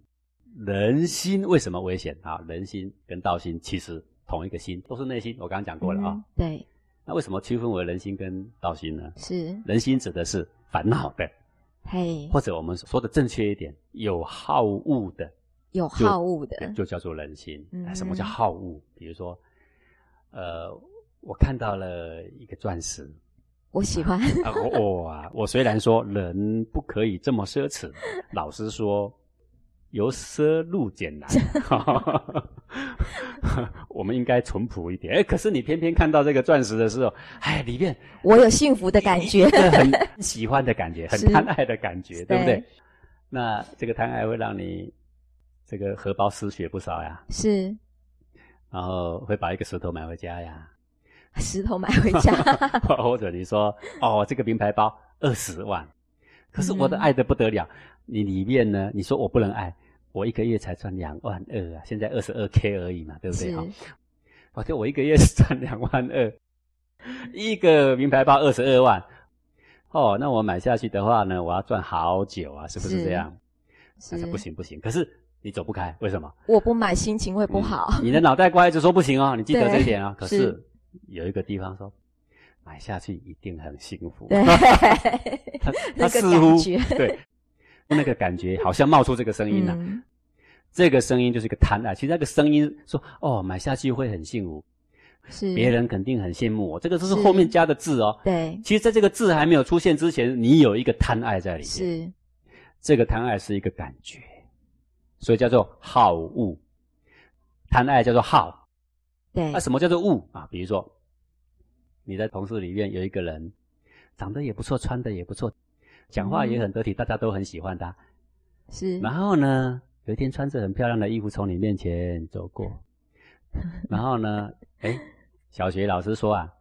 B: 人心为什么危险啊？人心跟道心其实同一个心，都是内心。我刚刚讲过了啊、
A: 嗯对，
B: 那为什么区分为人心跟道心呢？
A: 是，
B: 人心指的是烦恼的，
A: 嘿，
B: 或者我们说的正确一点，有好恶的，
A: 有
B: 就
A: 好恶的，
B: 就叫做人心。
A: 嗯
B: 哎什么叫好恶？比如说，呃，我看到了一个钻石，
A: 我喜欢， [LAUGHS]
B: 啊，我我啊，我虽然说人不可以这么奢侈，老实说，由奢入俭难。 [LAUGHS] 我们应该淳朴一点。哎，可是你偏偏看到这个钻石的时候，哎，
A: [LAUGHS]
B: 里面
A: 我有幸福的感觉
B: [LAUGHS] 一，个很喜欢的感觉，很
A: 是
B: 贪爱的感觉，对不对
A: 对？
B: 那这个贪爱会让你这个荷包失血不少呀，
A: 是
B: 然后会把一个石头买回家呀， [LAUGHS]
A: 石头买回家，
B: 或者你说哦，这个名牌包二十万，可是我的
A: 嗯
B: 爱的不得了，你里面呢，你说我不能爱，我一个月才赚两万二啊，现在二十二 k 而已嘛，对不对
A: 是
B: 啊？我对我一个月是赚两万二，一个名牌包二十二万，哦，那我买下去的话呢，我要赚好久啊，是不是
A: 是
B: 这样？但
A: 是
B: 是不，行不行，可是你走不开，为什么？
A: 我不买心情会不好，
B: 你的脑袋瓜一直说不行哦，你记得
A: 对
B: 这一点啊。可
A: 是
B: 是有一个地方说，买下去一定很幸福。
A: [LAUGHS] 对
B: [LAUGHS] 他
A: 那
B: 他
A: 个
B: 似
A: 感
B: 乎
A: 觉
B: 对那个感觉好像冒出这个声音
A: [LAUGHS]
B: 了、
A: 嗯
B: 这个声音就是一个贪爱。其实那个声音说哦，买下去会很幸福，
A: 是
B: 别人肯定很羡慕我。这个就是
A: 是
B: 后面加的字哦。
A: 对
B: 其实，在这个字还没有出现之前，你有一个贪爱在里面。
A: 是
B: 这个贪爱是一个感觉，所以叫做好恶。贪爱叫做好，
A: 对
B: 那、什么叫做物啊？比如说，你的同事里面有一个人，长得也不错，穿的也不错，讲话也很得体，大家都很喜欢他。
A: 是
B: 然后呢，有一天穿着很漂亮的衣服从你面前走过，然后呢，哎，小学老师说啊，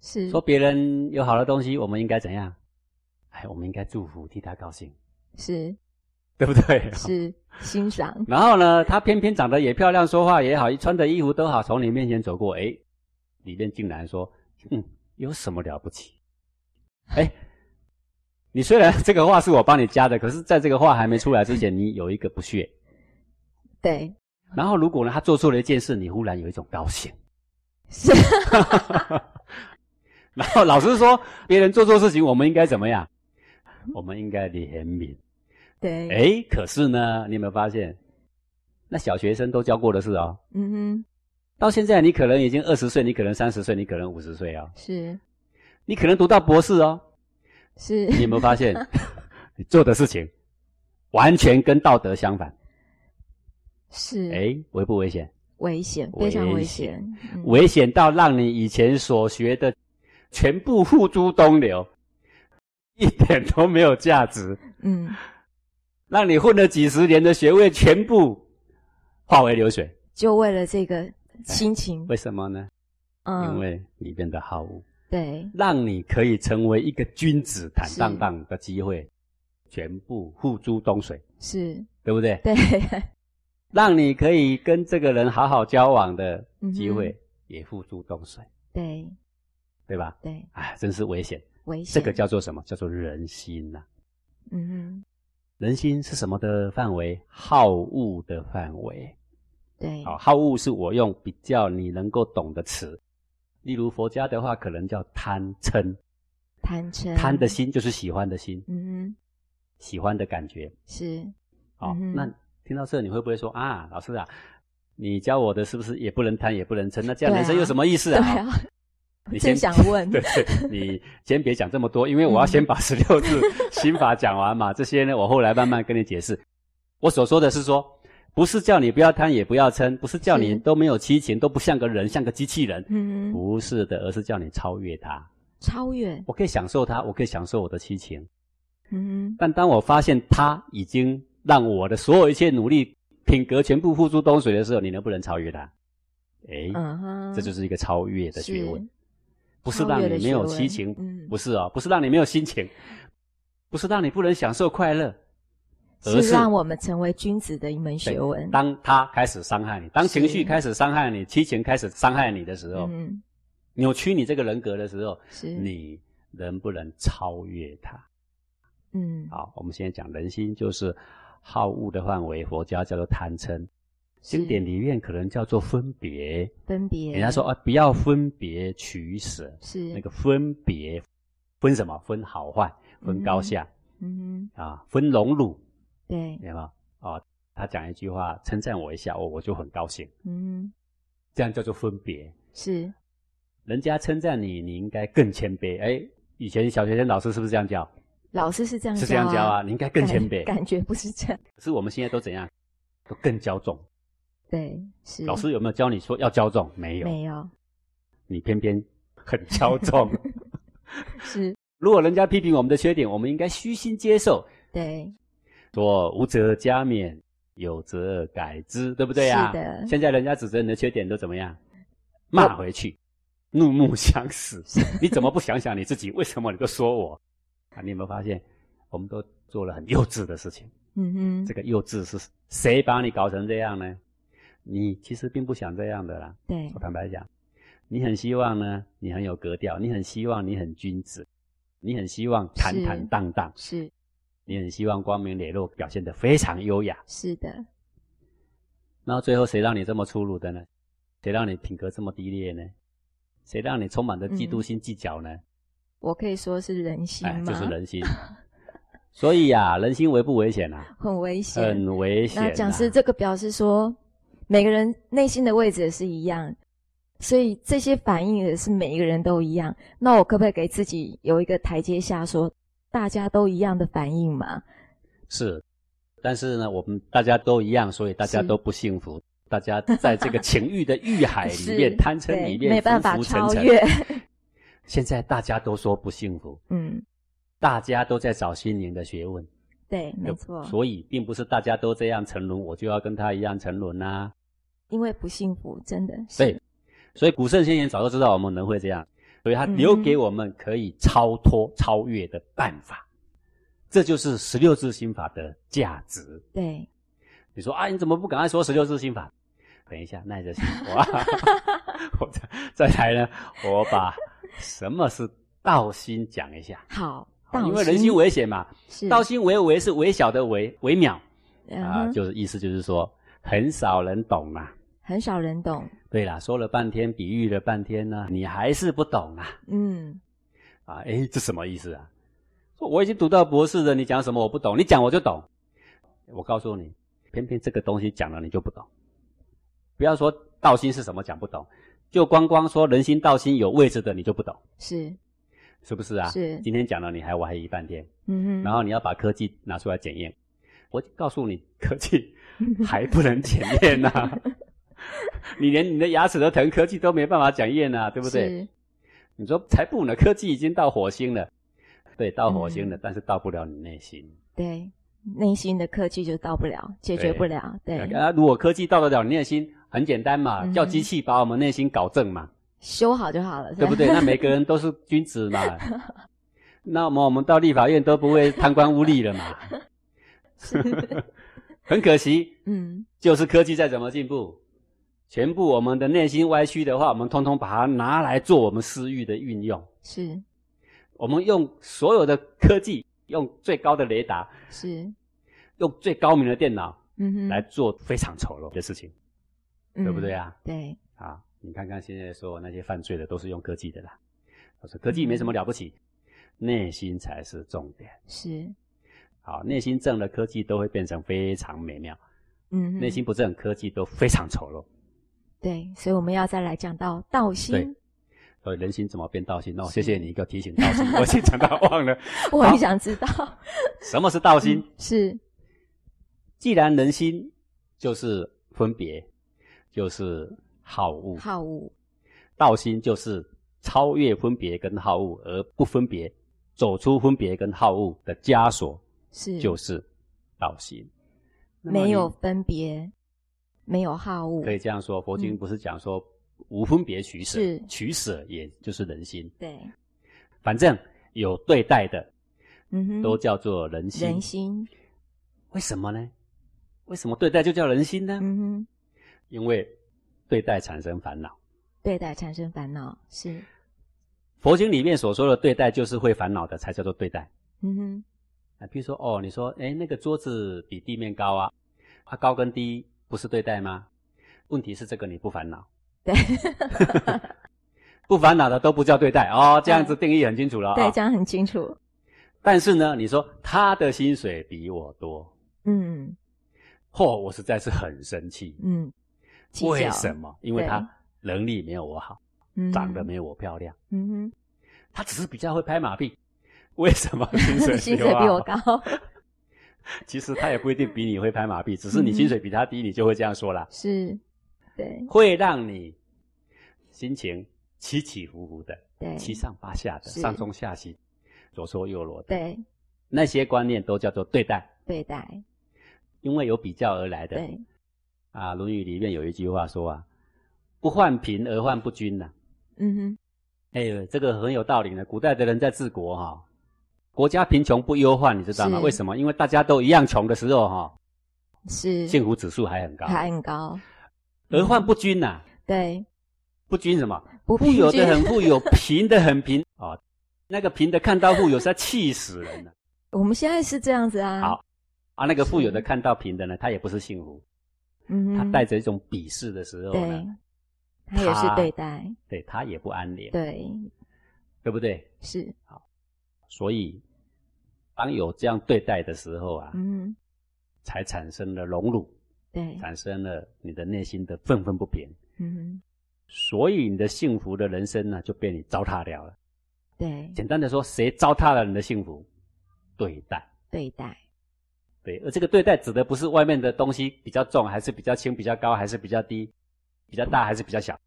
A: 是
B: 说别人有好的东西，我们应该怎样？哎，我们应该祝福，替他高兴，
A: 是
B: 对不对？
A: 是欣赏
B: 然后呢，她偏偏长得也漂亮，说话也好，穿的衣服都好，从你面前走过，哎，里面竟然说，嗯，有什么了不起？哎，你虽然这个话是我帮你加的，可是在这个话还没出来之前，你有一个不屑。 [LAUGHS]
A: 对
B: 然后如果呢，他做错了一件事，你忽然有一种高兴。
A: 是
B: 然后老师说，别人做错事情，我们应该怎么样？我们应该怜悯。
A: 对
B: 哎，可是呢，你有没有发现，那小学生都教过的事哦，
A: 嗯
B: 到现在，你可能已经二十岁，你可能三十岁，你可能五十岁哦，
A: 哼是
B: 你可能读到博士哦。
A: 是
B: 你有没有发现，你做的事情完全跟道德相反？
A: 是
B: 哎，危不危险？
A: 危险非常
B: 危
A: 危
B: 险
A: 险嗯
B: 危险到让你以前所学的全部付诸东流，一点都没有价值，
A: 嗯
B: 让你混了几十年的学位全部化为流水。
A: 就为了这个心情
B: 为什么呢？
A: 嗯
B: 哎因为里面的好恶。
A: 对
B: 让你可以成为一个君子坦荡荡的机会，全部付诸东水，
A: 是
B: 对不对？
A: 对 [LAUGHS]
B: 让你可以跟这个人好好交往的机
A: 嗯
B: 会，也付诸东水，
A: 对
B: 对吧？
A: 对
B: 哎，真是危险！
A: 危
B: 这
A: 险
B: 个叫做什么？叫做人心呐、
A: 嗯哼
B: 人心是什么的范围？好恶的范围。
A: 对
B: 好，好恶是我用比较你能够懂的词，例如佛家的话，可能叫贪嗔。
A: 贪嗔
B: 贪的心就是喜欢的心，
A: 嗯
B: 喜欢的感觉。
A: 哼是
B: 哦，
A: 嗯哼
B: 那听到这你会不会说啊，老师啊，你教我的是不是也不能贪也不能嗔？那这样
A: 对啊
B: 人生有什么意思
A: 对
B: 啊？
A: 啊 [LAUGHS]
B: 哦你
A: 真
B: 先
A: 想问
B: [LAUGHS] 对，你先别讲这么多，因为我要
A: 嗯
B: 先把十六字心法讲完嘛。这些呢，我后来慢慢跟你解释。我所说的是说，不是叫你不要贪也不要嗔，不是叫你
A: 是
B: 都没有七情，都不像个人，像个机器人，
A: [LAUGHS] 嗯哼
B: 不是的，而是叫你超越它。
A: 超越
B: 我可以享受它，我可以享受我的七情，
A: 嗯哼
B: 但当我发现他已经让我的所有一切努力、品格全部付诸东水的时候，你能不能超越他？哎、
A: 嗯哼
B: 这就是一个超越的学问
A: 是，
B: 不是让你没有七情啊
A: 超越的学问嗯，
B: 不是哦，不是让你没有心情，不是让你不能享受快乐，而
A: 是
B: 是
A: 让我们成为君子的一门
B: 对
A: 学问。
B: 当他开始伤害你，当情绪
A: 是
B: 开始伤害你，七情开始伤害你的时候，
A: 嗯，
B: 扭曲你这个人格的时候，
A: 是
B: 哦你能不能超越他？
A: 嗯，
B: 好，我们现在讲人心就是好恶的范围，佛家叫做贪嗔，
A: 是
B: 经典里面可能叫做分别。
A: 分别。
B: 人家说啊，不要分别取舍，
A: 是
B: 那个分别分什么？分好坏，分高
A: 嗯
B: 下、
A: 嗯哼，
B: 啊，分荣辱，
A: 对，
B: 对吗？啊，他讲一句话称赞我一下，我、哦我就很高兴，
A: 嗯
B: 这样叫做分别。
A: 哼，是
B: 人家称赞你，你应该更谦卑。哎，以前小学生老师是不是这样教？
A: 老师是这样
B: 是这样教啊，，你应该更
A: 感
B: 谦卑。
A: 感觉不是这样。
B: 可是我们现在都怎样？都更骄纵。
A: 对，是
B: 老师有没有教你说要骄纵？没
A: 嗯
B: 有，
A: 没有
B: 你偏偏很骄纵。
A: [LAUGHS] 是，
B: 如果人家批评我们的缺点，我们应该虚心接受，
A: 对，
B: 说无则加勉，有则改之，对不对呀、
A: 是的
B: 现在人家指责你的缺点都怎么样？骂回去，怒目相视。你怎么不想想你自己？为什么你都说我？啊，你有没有发现，我们都做了很幼稚的事情？
A: 嗯
B: 这
A: 哼，
B: 个幼稚是谁把你搞成这样呢？你其实并不想这样的啦。
A: 对
B: 我，坦白讲，你很希望呢，你很有格调，你很希望你很君子，你很希望坦坦荡荡，
A: 是
B: 你很希望光明磊落，表现得非常优雅。
A: 是的，
B: 然后最后谁让你这么粗鲁的呢？谁让你品格这么低劣呢？谁让你充满着嫉妒心、计较呢？
A: 我可以说是人心
B: 哎，
A: 嗯吗？
B: 这是人心。所以呀、人心危不危险啊？
A: 很 [LAUGHS] 危险。
B: 很危险、啊。
A: 那讲师，这个表示说，每个人内心的位置也是一样，所以这些反应也是每一个人都一样。那我可不可以给自己有一个台阶下说大家都一样的反应嘛？
B: 是，但是呢，我们大家都一样，所以大家
A: 是
B: 都不幸福。大家在这个情欲的欲海
A: [LAUGHS]
B: 里
A: 是
B: 面、哎贪嗔
A: 对
B: 里面，
A: 没办法
B: 浮浮沉
A: 超
B: 沉
A: 越。 [LAUGHS]
B: 现在大家都说不幸福，
A: 嗯，
B: 大家都在找心灵的学问，
A: 对，没
B: 就
A: 错，
B: 所以并不是大家都这样沉沦，我就要跟他一样沉沦呐、
A: 因为不幸福，真的是
B: 对，所以古圣先贤早就知道我们人会这样，所以他
A: 嗯
B: 留给我们可以超脱、超越的办法。这就是十六字心法的价值。
A: 对，
B: 你说啊，你怎么不赶快说十六字心法？等一下，耐着心，我我再再来呢，我把什么是道心讲一下，
A: 好，道嗯
B: 因为人心危险嘛，
A: 是
B: 道心为微是微小的微微渺啊、
A: 啊，
B: 就是意思就是说很少人懂啊。
A: 很少人懂。
B: 对啦，说了半天，比喻了半天呢、你还是不懂啊
A: 嗯，
B: 啊！诶，这什么意思啊？说我已经读到博士了，你讲什么我不懂，你讲我就懂。我告诉你，偏偏这个东西讲了你就不懂。不要说道心是什么讲不懂，就光光说人心道心有位置的你就不懂，
A: 是，
B: 是不是啊？
A: 是
B: 今天讲了你还怀疑半天，
A: 嗯哼，
B: 然后你要把科技拿出来检验，我告诉你，科
A: [LAUGHS]
B: 技还不能检验呐、你连你的牙齿的疼科技都没办法检验呐、对不对？
A: 是？
B: 你说才不呢，科技已经到火星了，对，到火星了，
A: 嗯
B: 但是到不了你内心。
A: 对，内心的客气就到不了，解决
B: 对
A: 不了。对，
B: 啊，如果科技到得了你内心，很简单嘛，
A: 嗯
B: 叫机器把我们内心搞正嘛，
A: 修好就好了，
B: 对不对？那每个人都是君子
A: [LAUGHS]
B: 嘛，那么我们到立法院都不会贪官污吏了嘛。
A: [LAUGHS]
B: 很可惜，
A: 嗯，
B: 就是科技再怎么进步，全部我们的内心歪曲的话，我们通通把它拿来做我们私欲的运用。
A: 是
B: 我们用所有的科技，用最高的雷达，
A: 是，
B: 用最高明的电脑
A: 嗯哼，嗯
B: 来做非常丑陋的事情，对不对啊？
A: 对，
B: 啊，你看看现在所有那些犯罪的都是用科技的啦。我说科技没什么了不起，
A: 嗯
B: 内心才是重点。
A: 是，
B: 好，内心正了，科技都会变成非常美妙；
A: 嗯哼，
B: 内心不正，科技都非常丑陋。
A: 对，所以我们要再来讲到道心
B: 对，所以人心怎么变道心？哦，
A: 是
B: 谢谢你一个提醒，道心， [LAUGHS] 我已经讲到忘了
A: 我很想知道，
B: 什么是道心。
A: [LAUGHS] 是
B: 既然人心就是分别，就是好恶，
A: 好恶，
B: 道心就是超越分别跟好恶，而不分别，走出分别跟好恶的枷锁，
A: 是
B: 就是道心。那么
A: 嗯没
B: 你
A: 有分别，没有好恶
B: 可，以这样说，佛经
A: 嗯
B: 不是讲说无分别取舍
A: 是，
B: 取舍也就是人心，
A: 对，
B: 反正有对待的
A: 嗯哼，
B: 都叫做人心。
A: 人心
B: 为什么呢？为什么对待就叫人心呢？
A: 嗯哼，
B: 因为对待产生烦恼。
A: 对待产生烦恼是，
B: 佛经里面所说的对待，就是会烦恼的才叫做对待
A: 嗯哼，
B: 啊。比如说，哦，你说，哎，那个桌子比地面高啊，它、高跟低不是对待吗？问题是这个你不烦恼，
A: 对
B: 不烦恼的都不叫对待哦。这样子定义很清楚了啊、
A: [LAUGHS] 对，这样很清楚。
B: 但是呢，你说他的薪水比我多，
A: 嗯
B: 嚯、我实在是很生气。
A: 嗯，计较
B: 为什？么？因为
A: 对
B: 他能力没有我好，
A: 嗯
B: 长得没有我漂亮，
A: 嗯
B: 他只是比较会拍马屁。为
A: [LAUGHS]
B: 什么薪水
A: 哼，薪水
B: 好
A: 比我高？
B: [LAUGHS] 其实他也不一定比你会拍马屁，只是
A: 嗯
B: 你薪水比他低，你就会这样说啦，
A: 是，对
B: 会让你心情起起伏伏的，
A: 对
B: 七上八下的，
A: 是
B: 上中下行，左说右挪的，
A: 对
B: 那些观念都叫做对待，
A: 对待
B: 因为有比较而来的。
A: 对，
B: 啊，《论语》里面有一句话说啊，不患贫而患不均呐、
A: 嗯哼，
B: 哎呦，这个很有道理呢。古代的人在治国哈、国家贫穷不忧患，你知道吗？
A: 是
B: 为什么？因为大家都一样穷的时候哈、
A: 是
B: 幸福指数还很高，
A: 还很高，
B: 而患不均呐、
A: 对，
B: 不均什么？
A: 不
B: 富有
A: 平
B: 的
A: 均
B: 很富有，贫的
A: [LAUGHS]
B: 很贫啊、哦。那个贫的看到富有，实在气死人了
A: 我们现在是这样子啊，
B: 好啊！那个富有的
A: 是
B: 看到贫的呢，他也不是幸福，
A: 嗯哼，
B: 他带着一种鄙视的时候
A: 对
B: 呢，，
A: 他也是
B: 他
A: 对待，
B: 对他也不安宁，
A: 对，
B: 对不对？
A: 是，
B: 所以，当有这样对待的时候啊，
A: 嗯哼，
B: 才产生了荣辱，
A: 对，
B: 产生了你的内心的愤愤不平，
A: 嗯哼，
B: 所以你的幸福的人生呢，就被你糟蹋掉了。
A: 对，
B: 简单的说，谁糟蹋了你的幸福？对待。
A: 对待，
B: 对，而这个对待指的不是外面的东西比较重，还是比较轻，比较高，还是比较低，比较大，还是比较小，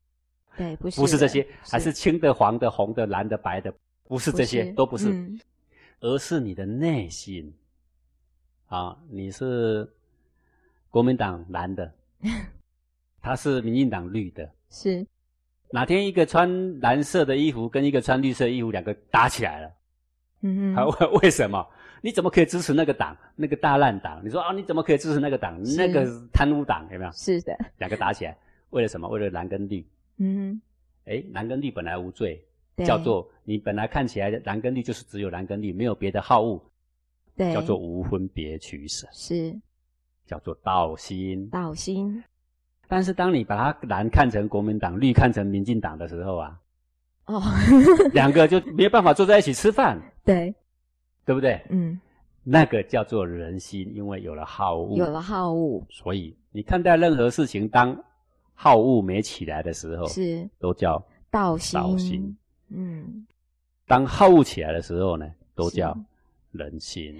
A: 对，不是
B: 不是这
A: 的
B: 些，还是轻的、黄的、红的、蓝的、白的，不是这些，都不是，
A: 嗯
B: 而是你的内心啊，你是国民党蓝 [LAUGHS] 的，他是民进党绿的，
A: 是，
B: 哪天一个穿蓝色的衣服跟一个穿绿色衣服两个打起来了，
A: 嗯
B: 还
A: 哼，
B: 啊为为什么？你怎么可以支持那个党？那个大烂党？你说啊，你怎么可以支持那个党？
A: 是
B: 那个贪污党有没有？
A: 是的，
B: 两个打起来，为了什么？为了蓝跟绿。
A: 嗯哼，
B: 诶，蓝跟绿本来无罪，
A: 对
B: 叫做你本来看起来蓝跟绿就是只有蓝跟绿，没有别的好恶，
A: 对，
B: 叫做无分别取舍，
A: 是
B: 叫做道心。
A: 道心
B: 但是当你把它蓝看成国民党，绿看成民进党的时候啊，
A: 哦，
B: [LAUGHS] 两个就没有办法坐在一起吃饭，
A: 对，
B: 对不对？
A: 嗯，
B: 那个叫做人心，因为有了好恶，
A: 有了好恶，
B: 所以你看待任何事情，当好恶没起来的时候，
A: 是
B: 都叫
A: 道心，
B: 哦道心
A: 嗯，
B: 当好恶起来的时候呢，都
A: 是嗯
B: 叫人心。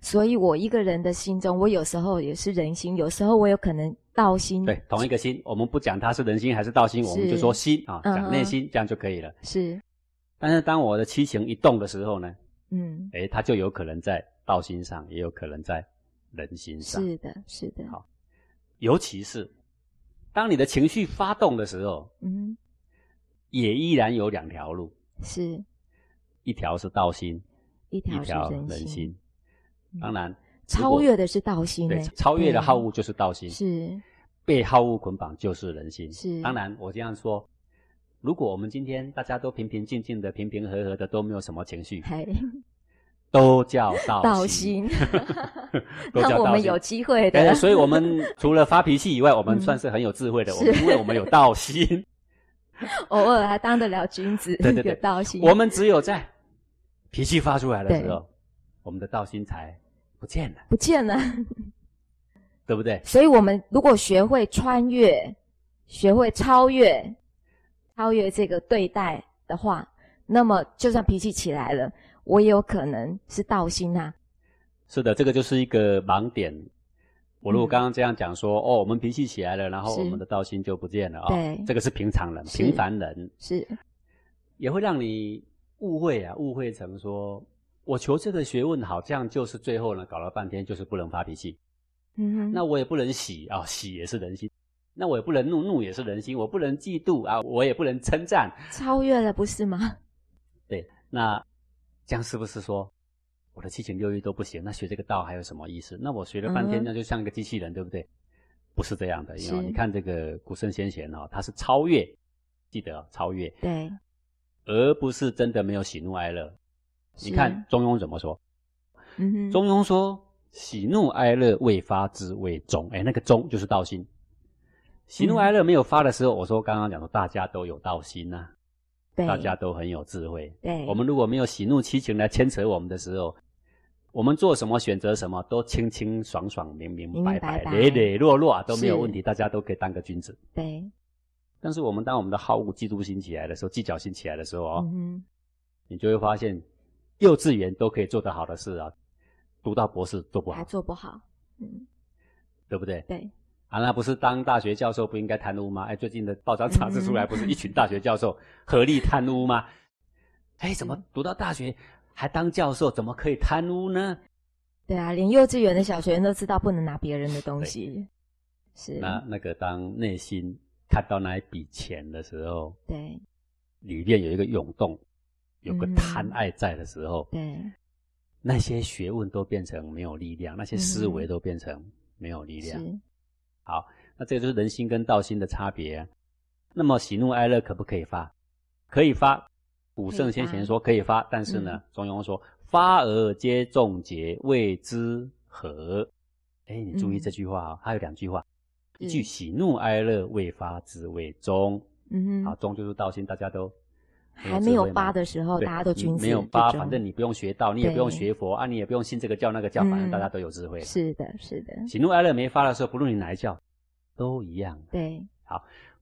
A: 所以我一个人的心中，我有时候也是人心，有时候我有可能道心，
B: 对，同一个心，我们不讲它是人心还是道心，我们
A: 是
B: 就说心啊，
A: 嗯哼
B: 讲内心、这样就可以了。
A: 是，
B: 但是当我的七情一动的时候呢，
A: 嗯，
B: 诶，它就有可能在道心上，也有可能在人心上。
A: 是的，是的，
B: 啊好尤其是当你的情绪发动的时候，
A: 嗯，
B: 也依然有两条路，
A: 是
B: 一条是道心，
A: 一条
B: 一
A: 是
B: 条
A: 心，嗯
B: 人心。当然，如
A: 超
B: 果
A: 越的是道心
B: 对
A: 欸，
B: 超越了
A: 对
B: 好恶就是道心，
A: 是，
B: 被好恶捆绑就是人心。
A: 是
B: 当然我这样说，如果我们今天大家都平平静静的、平平和和的，都没有什么情绪，
A: 还
B: 都叫道
A: 道
B: 心，
A: 心，
B: 都
A: 那 [LAUGHS]
B: 叫
A: 我
B: 道
A: 们
B: 心
A: 有。机会
B: 哎
A: 的，
B: 所以我们除了发脾气以外，我
A: 嗯
B: 们算是很有智慧的，我
A: 是
B: 们因为我们有
A: [LAUGHS]
B: 道心，
A: 偶尔还当得了君子，
B: 对对对
A: 有道心，
B: 我们只有在脾气发出来的时候，我们的道心才不见了，
A: 不见了。
B: 对不对？
A: 所以，我们如果学会穿越，学会超越，超越这个对待的话，那么就算脾气起来了，我也有可能是道心啊。
B: 是的，这个就是一个盲点。我如果
A: 嗯
B: 刚刚这样讲说，哦，我们脾气起来了，然后
A: 是
B: 我们的道心就不见了啊、
A: 对
B: 这个是平常人、
A: 是
B: 平凡人，
A: 是，
B: 也会让你误会啊，误会成说我求这个学问好，这样就是最后呢，搞了半天就是不能发脾气，
A: 嗯哼，
B: 那我也不能喜啊、喜也是人心，那我也不能怒，怒也是人心，我不能嫉妒啊，我也不能称赞，
A: 超越了不是吗？
B: 对，那这样是不是说我的七情六欲都不行，那学这个道还有什么意思？那我学了半天，
A: 嗯哼
B: 那就像个机器人，对不对？不是这样的，因为
A: 是
B: 你看这个古圣先贤哦，他是超越，记得、哦、超越，
A: 对，
B: 而不是真的没有喜怒哀乐。你
A: 是
B: 看，中庸怎么说？
A: 嗯哼，
B: 中庸说：“喜怒哀乐未发之谓中。”哎，那个中就是道心。喜
A: 嗯
B: 怒哀乐没有发的时候，我说刚刚讲说大家都有道心呐、
A: 对，
B: 大家都很有智慧。
A: 对，
B: 我们如果没有喜怒七情来牵扯我们的时候，我们做什么选择什么都清清爽爽、明明白白、
A: 明明白白
B: 磊磊落落都没有
A: 是
B: 问题，大家都可以当个君子。
A: 对，
B: 但是我们当我们的好恶、嫉妒心起来的时候，计较心起来的时候哦，
A: 嗯哼，
B: 你就会发现，幼稚园都可以做得好的事啊，读到博士做不
A: 还
B: 好，
A: 做不好，嗯，
B: 对不对？
A: 对，
B: 啊，那不是当大学教授不应该贪污吗？哎，最近的报章杂志出来，
A: 嗯
B: 不是一群大学教授合力贪污吗？哎，怎么
A: 是
B: 读到大学还当教授，怎么可以贪污呢？
A: 对啊，连幼稚园的小学生都知道不能拿别人的东
B: 对
A: 西，是，
B: 那那个当内心看到那一笔钱的时候，
A: 对
B: 里面有一个涌动，有个
A: 嗯
B: 贪爱在的时候，
A: 对
B: 那些学问都变成没有力量，那些思维都变成没有力量。
A: 是，
B: 那这个就是人心跟道心的差别啊、那么喜怒哀乐可不可以发？可以发。古圣先贤说可以发，但是呢，
A: 嗯
B: 中庸说发而皆中节，谓之和。哎，你注意
A: 嗯
B: 这句话啊、它有两句话，一
A: 是
B: 句喜怒哀乐未发之谓中，
A: 嗯
B: 好，
A: 哼，
B: 中就是道心，大家都
A: 还没有
B: 智慧嘛
A: 八的时候，
B: 对
A: 大家都
B: 你
A: 君子，
B: 没有八，
A: 这种
B: 反正你不用学道，你也
A: 对
B: 不用学佛啊，你也不用信这个教那个教，反正
A: 嗯
B: 大家都有智慧。
A: 是的，是的，
B: 喜怒哀乐没发的时候，不论你哪一教，都一样。
A: 对，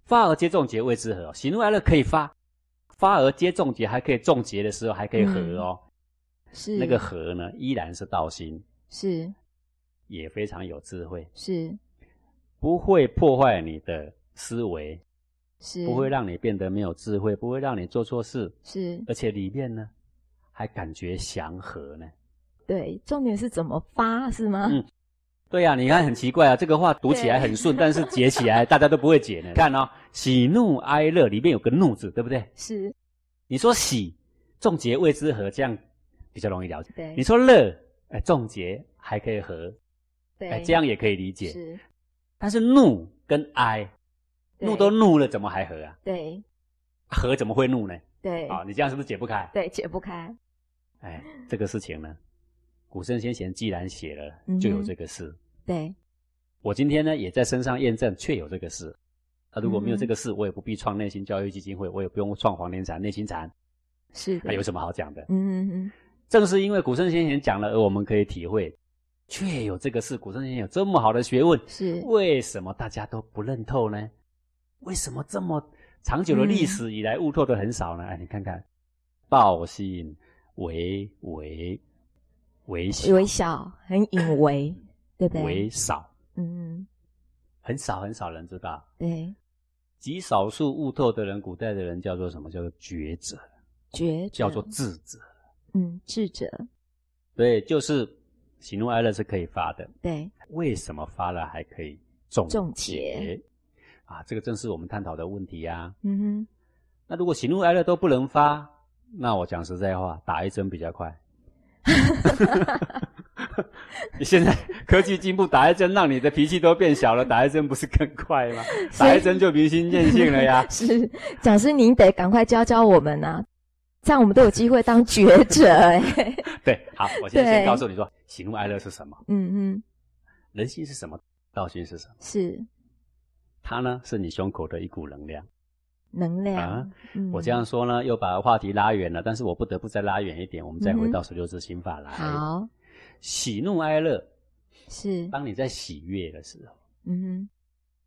B: 发而皆中节谓之和、哦喜怒哀乐可以发，发而皆中节，还可以中节的时候还可以和哦。
A: 嗯是
B: 那个和呢，依然是道心，
A: 是
B: 也非常有智慧，
A: 是
B: 不会破坏你的思维，
A: 是，
B: 不会让你变得没有智慧，不会让你做错事，
A: 是
B: 而且里面呢还感觉祥和呢。
A: 对，重点是怎么发是吗？
B: 嗯对呀、你看很奇怪啊，这个话读起来很顺，但是解起来大家都不会解呢。看哦，喜怒哀乐里面有个怒字，对不对？
A: 是，
B: 你说喜，众结谓之和，这样比较容易了解。
A: 对，
B: 你说乐，哎，众结还可以和，哎，
A: 对，
B: 这样也可以理解。
A: 是
B: 但是怒跟哀，
A: 对
B: 怒都怒了，怎么还和啊？
A: 对
B: 和怎么会怒呢？
A: 对
B: 啊，你这样是不是解不开？
A: 对解不开，
B: 哎，这个事情呢，古圣先贤既然写了
A: 嗯哼，
B: 就有这个事。
A: 对
B: 我今天呢，也在身上验证，确有这个事。啊，如果
A: 嗯
B: 没有这个事，我也不必创内心教育基金会，我也不用创黄连禅、内心禅，
A: 是
B: 还
A: 的，
B: 有什么好讲的？
A: 嗯嗯
B: 正是因为古圣先贤讲了，而我们可以体会，确有这个事，古圣先贤有这么好的学问，
A: 是
B: 为什么大家都不认透呢？为什么这么长久的历史以来悟透的很少呢？哎，你看看，报信为为为
A: 嗯，
B: 小
A: 微小很隐微，对不
B: 为
A: 对？
B: 少，
A: 嗯，
B: 很少很少人知道，
A: 对，
B: 极少数悟透的人，古代的人叫做什么？叫做觉者，
A: 觉
B: 叫
A: 者
B: 做智者。
A: 嗯智者，
B: 对，就是喜怒哀乐是可以发的，
A: 对
B: 为什么发了还可以中
A: 中
B: 结
A: 结？
B: 啊，这个正是我们探讨的问题啊。
A: 嗯哼，
B: 那如果喜怒哀乐都不能发，那我讲实在话，打一针比
A: [LAUGHS]
B: 较快。你现在科技进步，打一针让你的脾气都变小了，打一针不是更快
A: [LAUGHS]
B: 吗？
A: 所以。
B: 打一针就明心见性了呀
A: [LAUGHS] 是讲师您得赶快教教我们啊，这样我们都有机会当觉者哎、
B: 对，好，我现在先
A: 对
B: 告诉你说，喜怒哀乐是什么，
A: 嗯嗯
B: 人心是什么，道心是什么。
A: 是
B: 它呢，是你胸口的一股能量。
A: 能量，
B: 啊
A: 嗯
B: 我这样说呢，又把话题拉远了，但是我不得不再拉远一点，我们再回到十六字心法来。
A: 嗯好
B: 喜怒哀乐，
A: 是
B: 当你在喜悦的时候，
A: 嗯哼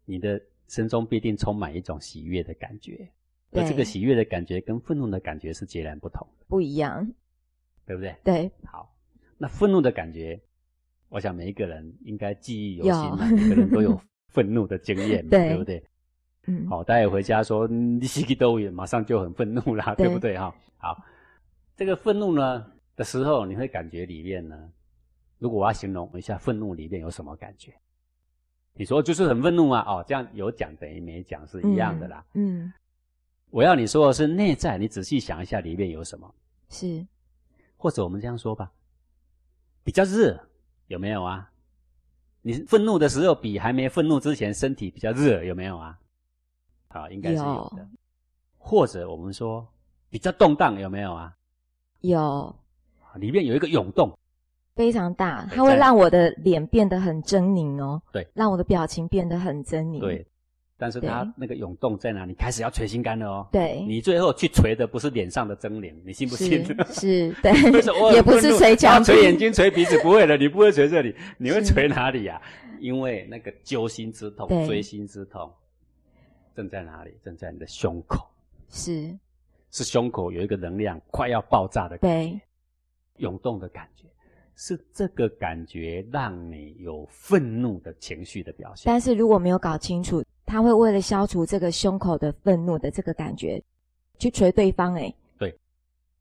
B: 你的心中必定充满一种喜悦的感觉，
A: 对
B: 而这个喜悦的感觉跟愤怒的感觉是截然不同的，
A: 不一样， [LAUGHS]
B: 对不对？
A: 对
B: 好，那愤怒的感觉，我想每一个人应该记忆犹新嘛，
A: 有
B: 每个人都
A: [LAUGHS]
B: 有愤怒的经验嘛，
A: 对
B: 对不对？
A: 嗯
B: 好、待会回家说嗯你是个斗员，马上就很愤怒啦，
A: 对
B: 对不对哈、好，这个愤怒呢的时候，你会感觉里面呢，如果我要形容一下愤怒里面有什么感觉，你说就是很愤怒啊，哦，这样有讲等于没讲是一样的啦。
A: 嗯，嗯
B: 我要你说的是内在，你仔细想一下里面有什么，
A: 是
B: 或者我们这样说吧，比较热，有没有啊？你愤怒的时候比还没愤怒之前身体比较热，有没有啊？好，应该是有的。或者我们说比较动荡，有没有啊？
A: 有
B: 里面有一个涌动，
A: 非常大，
B: 对
A: 它会
B: 在
A: 让我的脸变得很狰狞哦，
B: 对，
A: 让我的表情变得很狰狞，
B: 对。但是它
A: 嗯对
B: 那个涌动在哪里？开始要捶心肝了哦。
A: 对
B: 你最后去捶的不是脸上的狰狞，你信不信？
A: [LAUGHS] 是是，
B: [LAUGHS] 为
A: [LAUGHS]
B: 什么
A: 对，
B: 我
A: 也不
B: 很愤
A: 是
B: 怒
A: 捶
B: 然
A: 墙
B: 后
A: 壁，
B: 捶眼睛、捶鼻子，不会了，你不会捶
A: [LAUGHS]
B: 这里，你会
A: 是
B: 捶哪里呀、因为那个揪心之痛
A: 对、
B: 锥心之痛，正在哪里？正在你的胸口，
A: [LAUGHS] 是，
B: 是胸口有一个能量快要爆炸的感
A: 对
B: 觉，涌动的感觉，是这个感觉让你有愤怒的情绪的表现。
A: 但是如果没有搞清楚，他会为了消除这个胸口的愤怒的这个感觉，去捶对方、欸，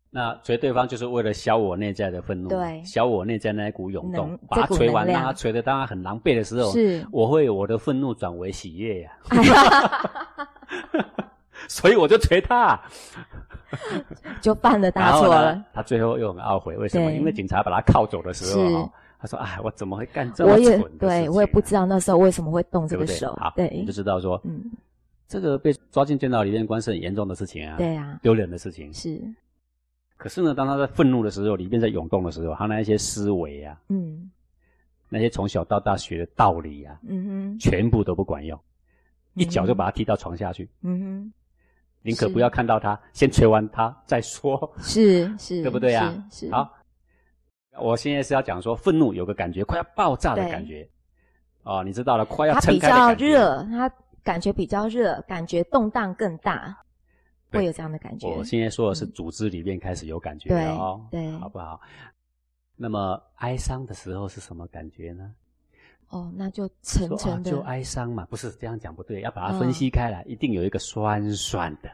B: 那捶对方就是为了消我内在的愤怒，
A: 对
B: 消我内在那一股涌动
A: 能，
B: 把它
A: 这股
B: 捶完，
A: 能量
B: 让它捶的当然很狼狈的时候，
A: 是
B: 我会我的愤怒转为喜悦呀、
A: 哎
B: [LAUGHS] 所以我就捶他，
A: 就犯了
B: 然
A: 大
B: 后
A: 错
B: 呢，
A: 了。
B: 他最后又很懊悔，为什么？
A: 对
B: 因为警察把他铐走的时候
A: 是
B: 哦，他说：“哎，我怎么会干这么
A: 我
B: 蠢的
A: 也
B: 事情啊、
A: 对我也不知道那时候为什么会动这
B: 对
A: 个
B: 不对
A: 手
B: 好，，你
A: 对
B: 就，知道说，
A: 嗯，
B: 这个被抓进监牢里面关是很严重的事情啊，
A: 对啊，
B: 丢人的事情。
A: 是，
B: 可是呢，当他在愤怒的时候，里面在涌动的时候，他那一些思维啊，
A: 嗯
B: 那些从小到大学的道理啊，
A: 嗯哼，
B: 全部都不管用，一脚就把他踢到床下去。
A: 嗯
B: 宁可
A: 是
B: 不要看到他，先捶完他再说。
A: 哼，是是，
B: 对不对啊
A: 是是，
B: 好，我现在是要讲说，愤怒有个感觉，快要爆炸的
A: 对
B: 感觉。哦，你知道了，快要
A: 它
B: 撑
A: 比
B: 开的
A: 较
B: 感觉。
A: 热，它感觉比较热，感觉动荡更大，
B: 对
A: 会有这样的感觉。
B: 我现在说的是
A: 嗯
B: 组织里面开始有感觉了哦，
A: 对对
B: 好不好？那么哀伤的时候是什么感觉呢？
A: 哦，那就沉
B: 说啊
A: 沉，的，嗯
B: 就哀伤嘛，不是这样讲不对，要把它分析开来，一定有一个酸酸的，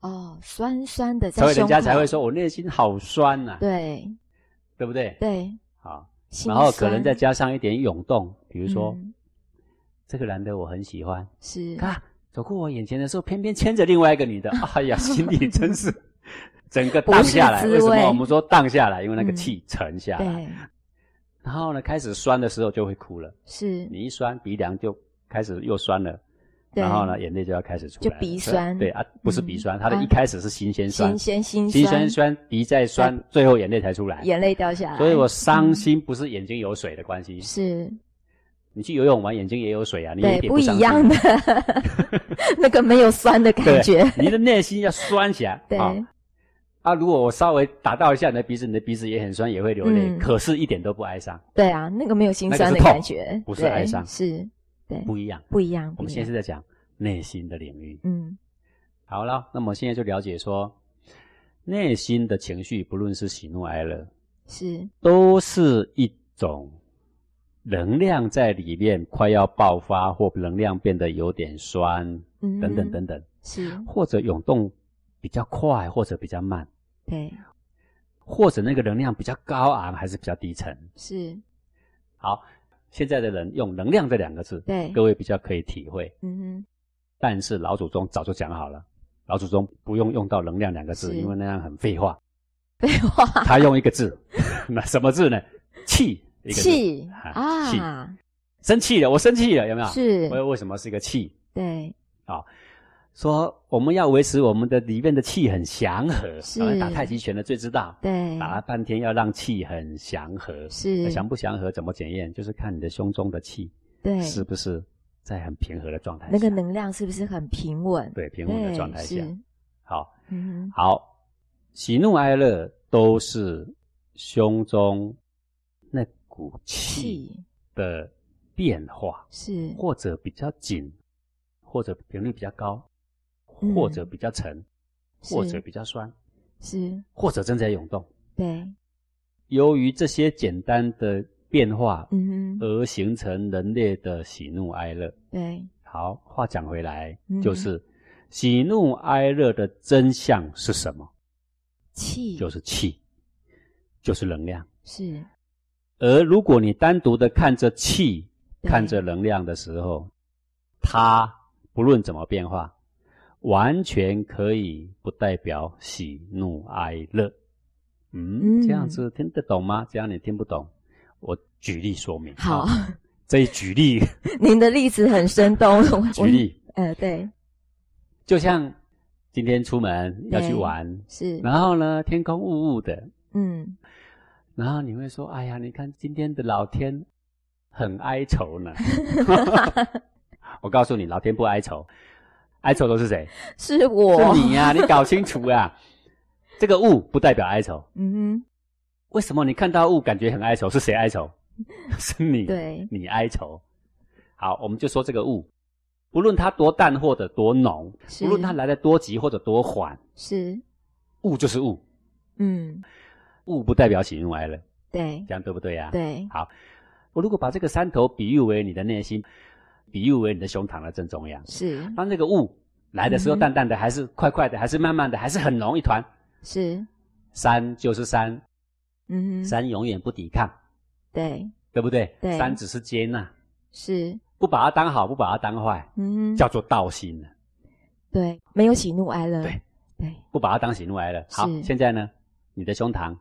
A: 哦，酸酸的在
B: 所以
A: 胸
B: 人
A: 口，
B: 家才会说我内心好酸呐、
A: 对
B: 对不对？
A: 对，
B: 好，
A: 心
B: 然后可
A: 酸
B: 能再加上一点涌动，比如说、
A: 嗯
B: 这个男的我很喜欢，
A: 是
B: 看走过我眼前的时候，偏偏牵着另外一个女
A: [LAUGHS]
B: 的，哎呀，心里真是整个荡下来。
A: 不
B: 为
A: 是
B: 什
A: 滋味
B: 么我们说荡下来？因为那个
A: 嗯
B: 气沉下来。
A: 对
B: 然后呢，开始酸的时候就会哭了。
A: 是，
B: 你一酸，鼻梁就开始又酸了。
A: 嗯对
B: 然后呢，眼泪就要开始出来了。
A: 就鼻酸
B: 对啊，不是鼻酸，它的
A: 啊
B: 一开始是新鲜酸
A: 新，鲜心
B: 心酸酸，鼻在酸，最后眼泪才出来。
A: 眼泪掉下来，嗯
B: 所以我伤心不是眼睛有水的关系，
A: 是
B: 你去游泳玩眼睛也有水啊，你也
A: 对
B: 一点
A: 不
B: 伤
A: 一
B: 心啊
A: 样的， [LAUGHS] 那个没有酸的
B: 对
A: 感觉，
B: [LAUGHS] 你的内心要酸起来。
A: 对
B: 啊啊，如果我稍微打到一下你的鼻子，你的鼻子也很酸，也会流泪，
A: 嗯
B: 可是一点都不哀伤，
A: 对啊，那个没有心
B: 那个
A: 酸
B: 是
A: 的
B: 痛
A: 感觉，
B: 不是
A: 对
B: 哀伤
A: 是对
B: 不一样。
A: 不一样，
B: 我
A: 不
B: 们
A: 一
B: 现
A: 样
B: 在是在讲内心的领域。
A: 嗯
B: 好了，那么现在就了解说，内心的情绪，不论是喜怒哀乐，
A: 是
B: 都是一种能量在里面快要爆发，或能量变得有点酸，
A: 嗯
B: 等等
A: 哼
B: 等等，
A: 是
B: 或者涌动比较快，或者比较慢，
A: 对
B: 或者那个能量比较高昂，还是比较低沉。
A: 是
B: 好，现在的人用“能量”这两个字，
A: 对
B: 各位比较可以体会。
A: 嗯哼
B: 但是老祖宗早就讲好了，老祖宗不用用到“能量”两个字，
A: 是
B: 因为那样很废话。
A: 废话
B: 他用一个字， [LAUGHS] 那什么字呢？气，一个字
A: 气
B: 气，
A: 啊
B: 生气了，我生气了，有没有？
A: 是
B: 为为什么是一个气？啊
A: 对
B: 说我们要维持我们的里面的气很祥和，
A: 是
B: 当然打太极拳的最知道，
A: 对
B: 打了半天要让气很祥和，
A: 是
B: 那祥不祥和怎么检验？就是看你的胸中的气
A: 对
B: 是不是在很平和的状态下，
A: 哎那个能量是不是很平稳？
B: 对平
A: 对，
B: 稳的状态下。
A: 是
B: 好，
A: 嗯哼，
B: 好，喜怒哀乐都是胸中那股气
A: 气
B: 的变化，
A: 是
B: 或者比较紧，或者频率比较高，
A: 嗯
B: 或者比较沉，
A: 是
B: 或者比较酸，
A: 是，
B: 或者正在涌动。
A: 对，
B: 由于这些简单的变化，
A: 嗯哼，
B: 而形成人类的喜怒哀乐。
A: 对，
B: 好，话讲回来，
A: 嗯
B: 就是喜怒哀乐的真相是什么？
A: 气
B: 就是气，就是能量。
A: 是
B: 而如果你单独的看着气、
A: 对
B: 看着能量的时候，它不论怎么变化，完全可以不代表喜怒哀乐。嗯，嗯
A: 嗯
B: 这样子听得懂吗？这样你听不懂，我举例说明。
A: 好，
B: 啊，这一举例
A: 您的例子很生动。 [LAUGHS] 我
B: 举，例，
A: 我呃，对，
B: 就像今天出门要去
A: 对
B: 玩，
A: 是，
B: 然后呢天空雾雾的，
A: 嗯，
B: 然后你会说：“哎呀，你看今天的老天很哀
A: [LAUGHS]
B: 愁呢。”我告诉你，老天不哀愁，哀愁都是谁？
A: 是我，
B: 是你呀、你搞清楚啊！这个雾不代表哀愁，
A: 嗯
B: 为什么你看到雾感觉很哀愁？是谁
A: [LAUGHS]
B: 哀愁？是你，
A: 哼，对，
B: 你哀愁。好，我们就说这个雾，不论它多淡或者多浓，
A: 是
B: 不论它来的多急或者多缓，
A: 是，
B: 雾就是雾，
A: 嗯，
B: 雾不代表喜怒哀乐，
A: 对，
B: 这样对不啊对呀、对。
A: 对，
B: 好，我如果把这个山头比喻为你的内心，比喻为你的胸膛的正中央，
A: 是
B: 当那个雾来的时候，
A: 嗯哼
B: 淡淡的，还是快快的，还是慢慢的，还是很浓一团，
A: 是，
B: 山就是山，
A: 嗯哼，
B: 山永远不抵抗，
A: 对，
B: 对不对？
A: 对
B: 山只是接纳，
A: 是，
B: 不把它当好，不把它当坏，
A: 嗯哼，
B: 叫做道心啊
A: 对，没有喜怒哀乐，
B: 对，
A: 对，
B: 不把它当喜怒哀乐。好，
A: 是
B: 现在呢，你的胸膛。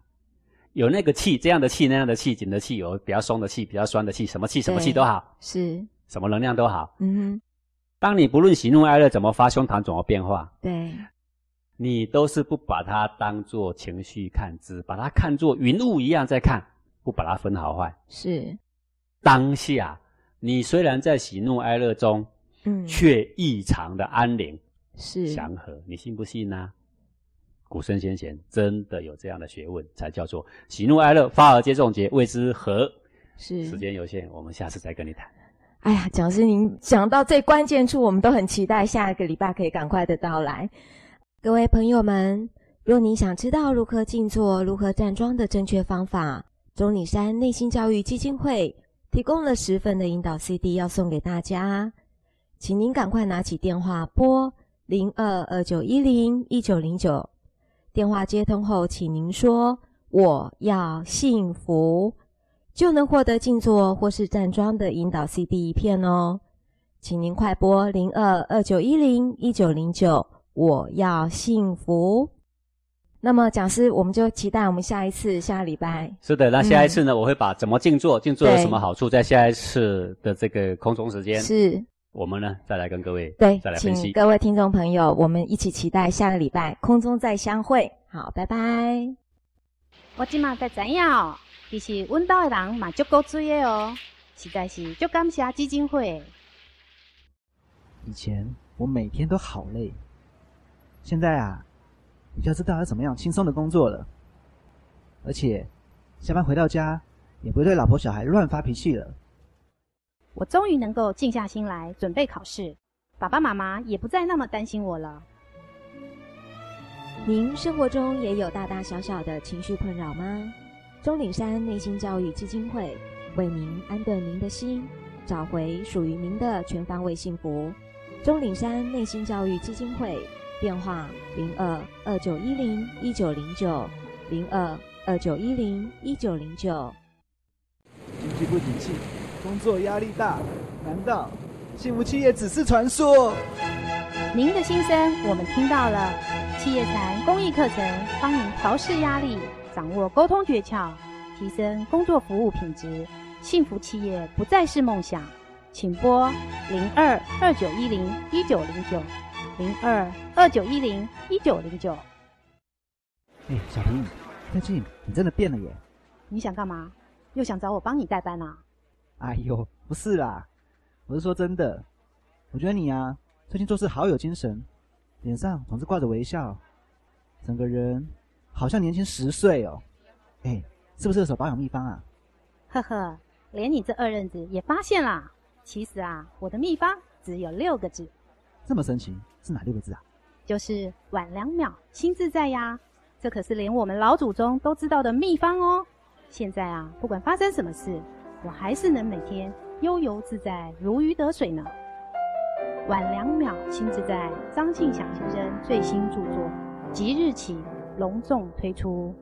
B: 有那个气，这样的气，那样的气，紧的气，有比较松的气，比较酸的气，什么气，什么气
A: 对
B: 都好，
A: 是，
B: 什么能量都好。
A: 嗯哼，
B: 当你不论喜怒哀乐怎么发，胸膛怎么变化，
A: 对，
B: 你都是不把它当做情绪看之，把它看作云雾一样在看，不把它分好坏。
A: 是，
B: 当下，你虽然在喜怒哀乐中，
A: 嗯，
B: 却异常的安宁
A: 是，
B: 祥和，你信不信呢、古圣先贤真的有这样的学问，才叫做喜怒哀乐发而皆中节，谓之和。时
A: 是，
B: 间有限，我们下次再跟你谈。
A: 哎呀，讲师您讲到最关键处，我们都很期待下一个礼拜可以赶快的到来。各位朋友们，若您想知道如何静坐、如何站桩的正确方法，钟里山内心教育基金会提供了十份的引导 CD 要送给大家，请您赶快拿起电话拨零二二九一零一九零九，电话接通后，请您说我要幸福。就能获得静坐或是站桩的引导 CD 一片哦。请您快拨零二二九一零一九零九，我要幸福。那么讲师，我们就期待我们下一次下礼拜
B: 是的，那下一次呢，我会把怎么静坐、静坐有
A: 嗯对
B: 什么好处，在下一次的这个空中时间，
A: 是
B: 我们呢再来跟各位
A: 对
B: 再，来分
A: 请
B: 析。
A: 各位听众朋友，我们一起期待下个礼拜空中再相会。好，拜拜。
C: 我即马才知影哦，其实阮兜的人嘛足够水的哦，实在是足感谢基金会的。
D: 以前我每天都好累，现在啊，比较知道要怎么样轻松的工作了。而且下班回到家，也不会对老婆小孩乱发脾气了。
C: 我终于能够静下心来准备考试，爸爸妈妈也不再那么担心我了。
A: 您生活中也有大大小小的情绪困扰吗？钟岭山内心教育基金会为您安顿您的心，找回属于您的全方位幸福。钟岭山内心教育基金会电话零二二九一零一九零九零二二九一零一九零九。
D: 经济不景气，工作压力大，难道幸福企业只是传说？
C: 您的心声我们听到了，企业禅公益课程帮您调试压力，掌握沟通诀窍，提升工作服务品质，幸福企业不再是梦想。请拨零二二九一零一九零九零二二九一零一九零九。
D: 哎、小平，最近你真的变了耶！
C: 你想干嘛？又想找我帮你代班啊？
D: 哎呦，不是啦，我是说真的，我觉得你啊，最近做事好有精神，脸上总是挂着微笑，整个人好像年轻十岁哦。哎、是不是有什么保养秘方啊？
C: 呵呵，连你这二愣子也发现啦。其实啊，我的秘方只有六个字，
D: 这么神奇，是哪六个字啊？
C: 就是晚两秒，心自在呀。这可是连我们老祖宗都知道的秘方哦。现在啊，不管发生什么事，我还是能每天悠游自在，如鱼得水呢。晚两秒，心自在，张庆祥先生最新著作即日起隆重推出。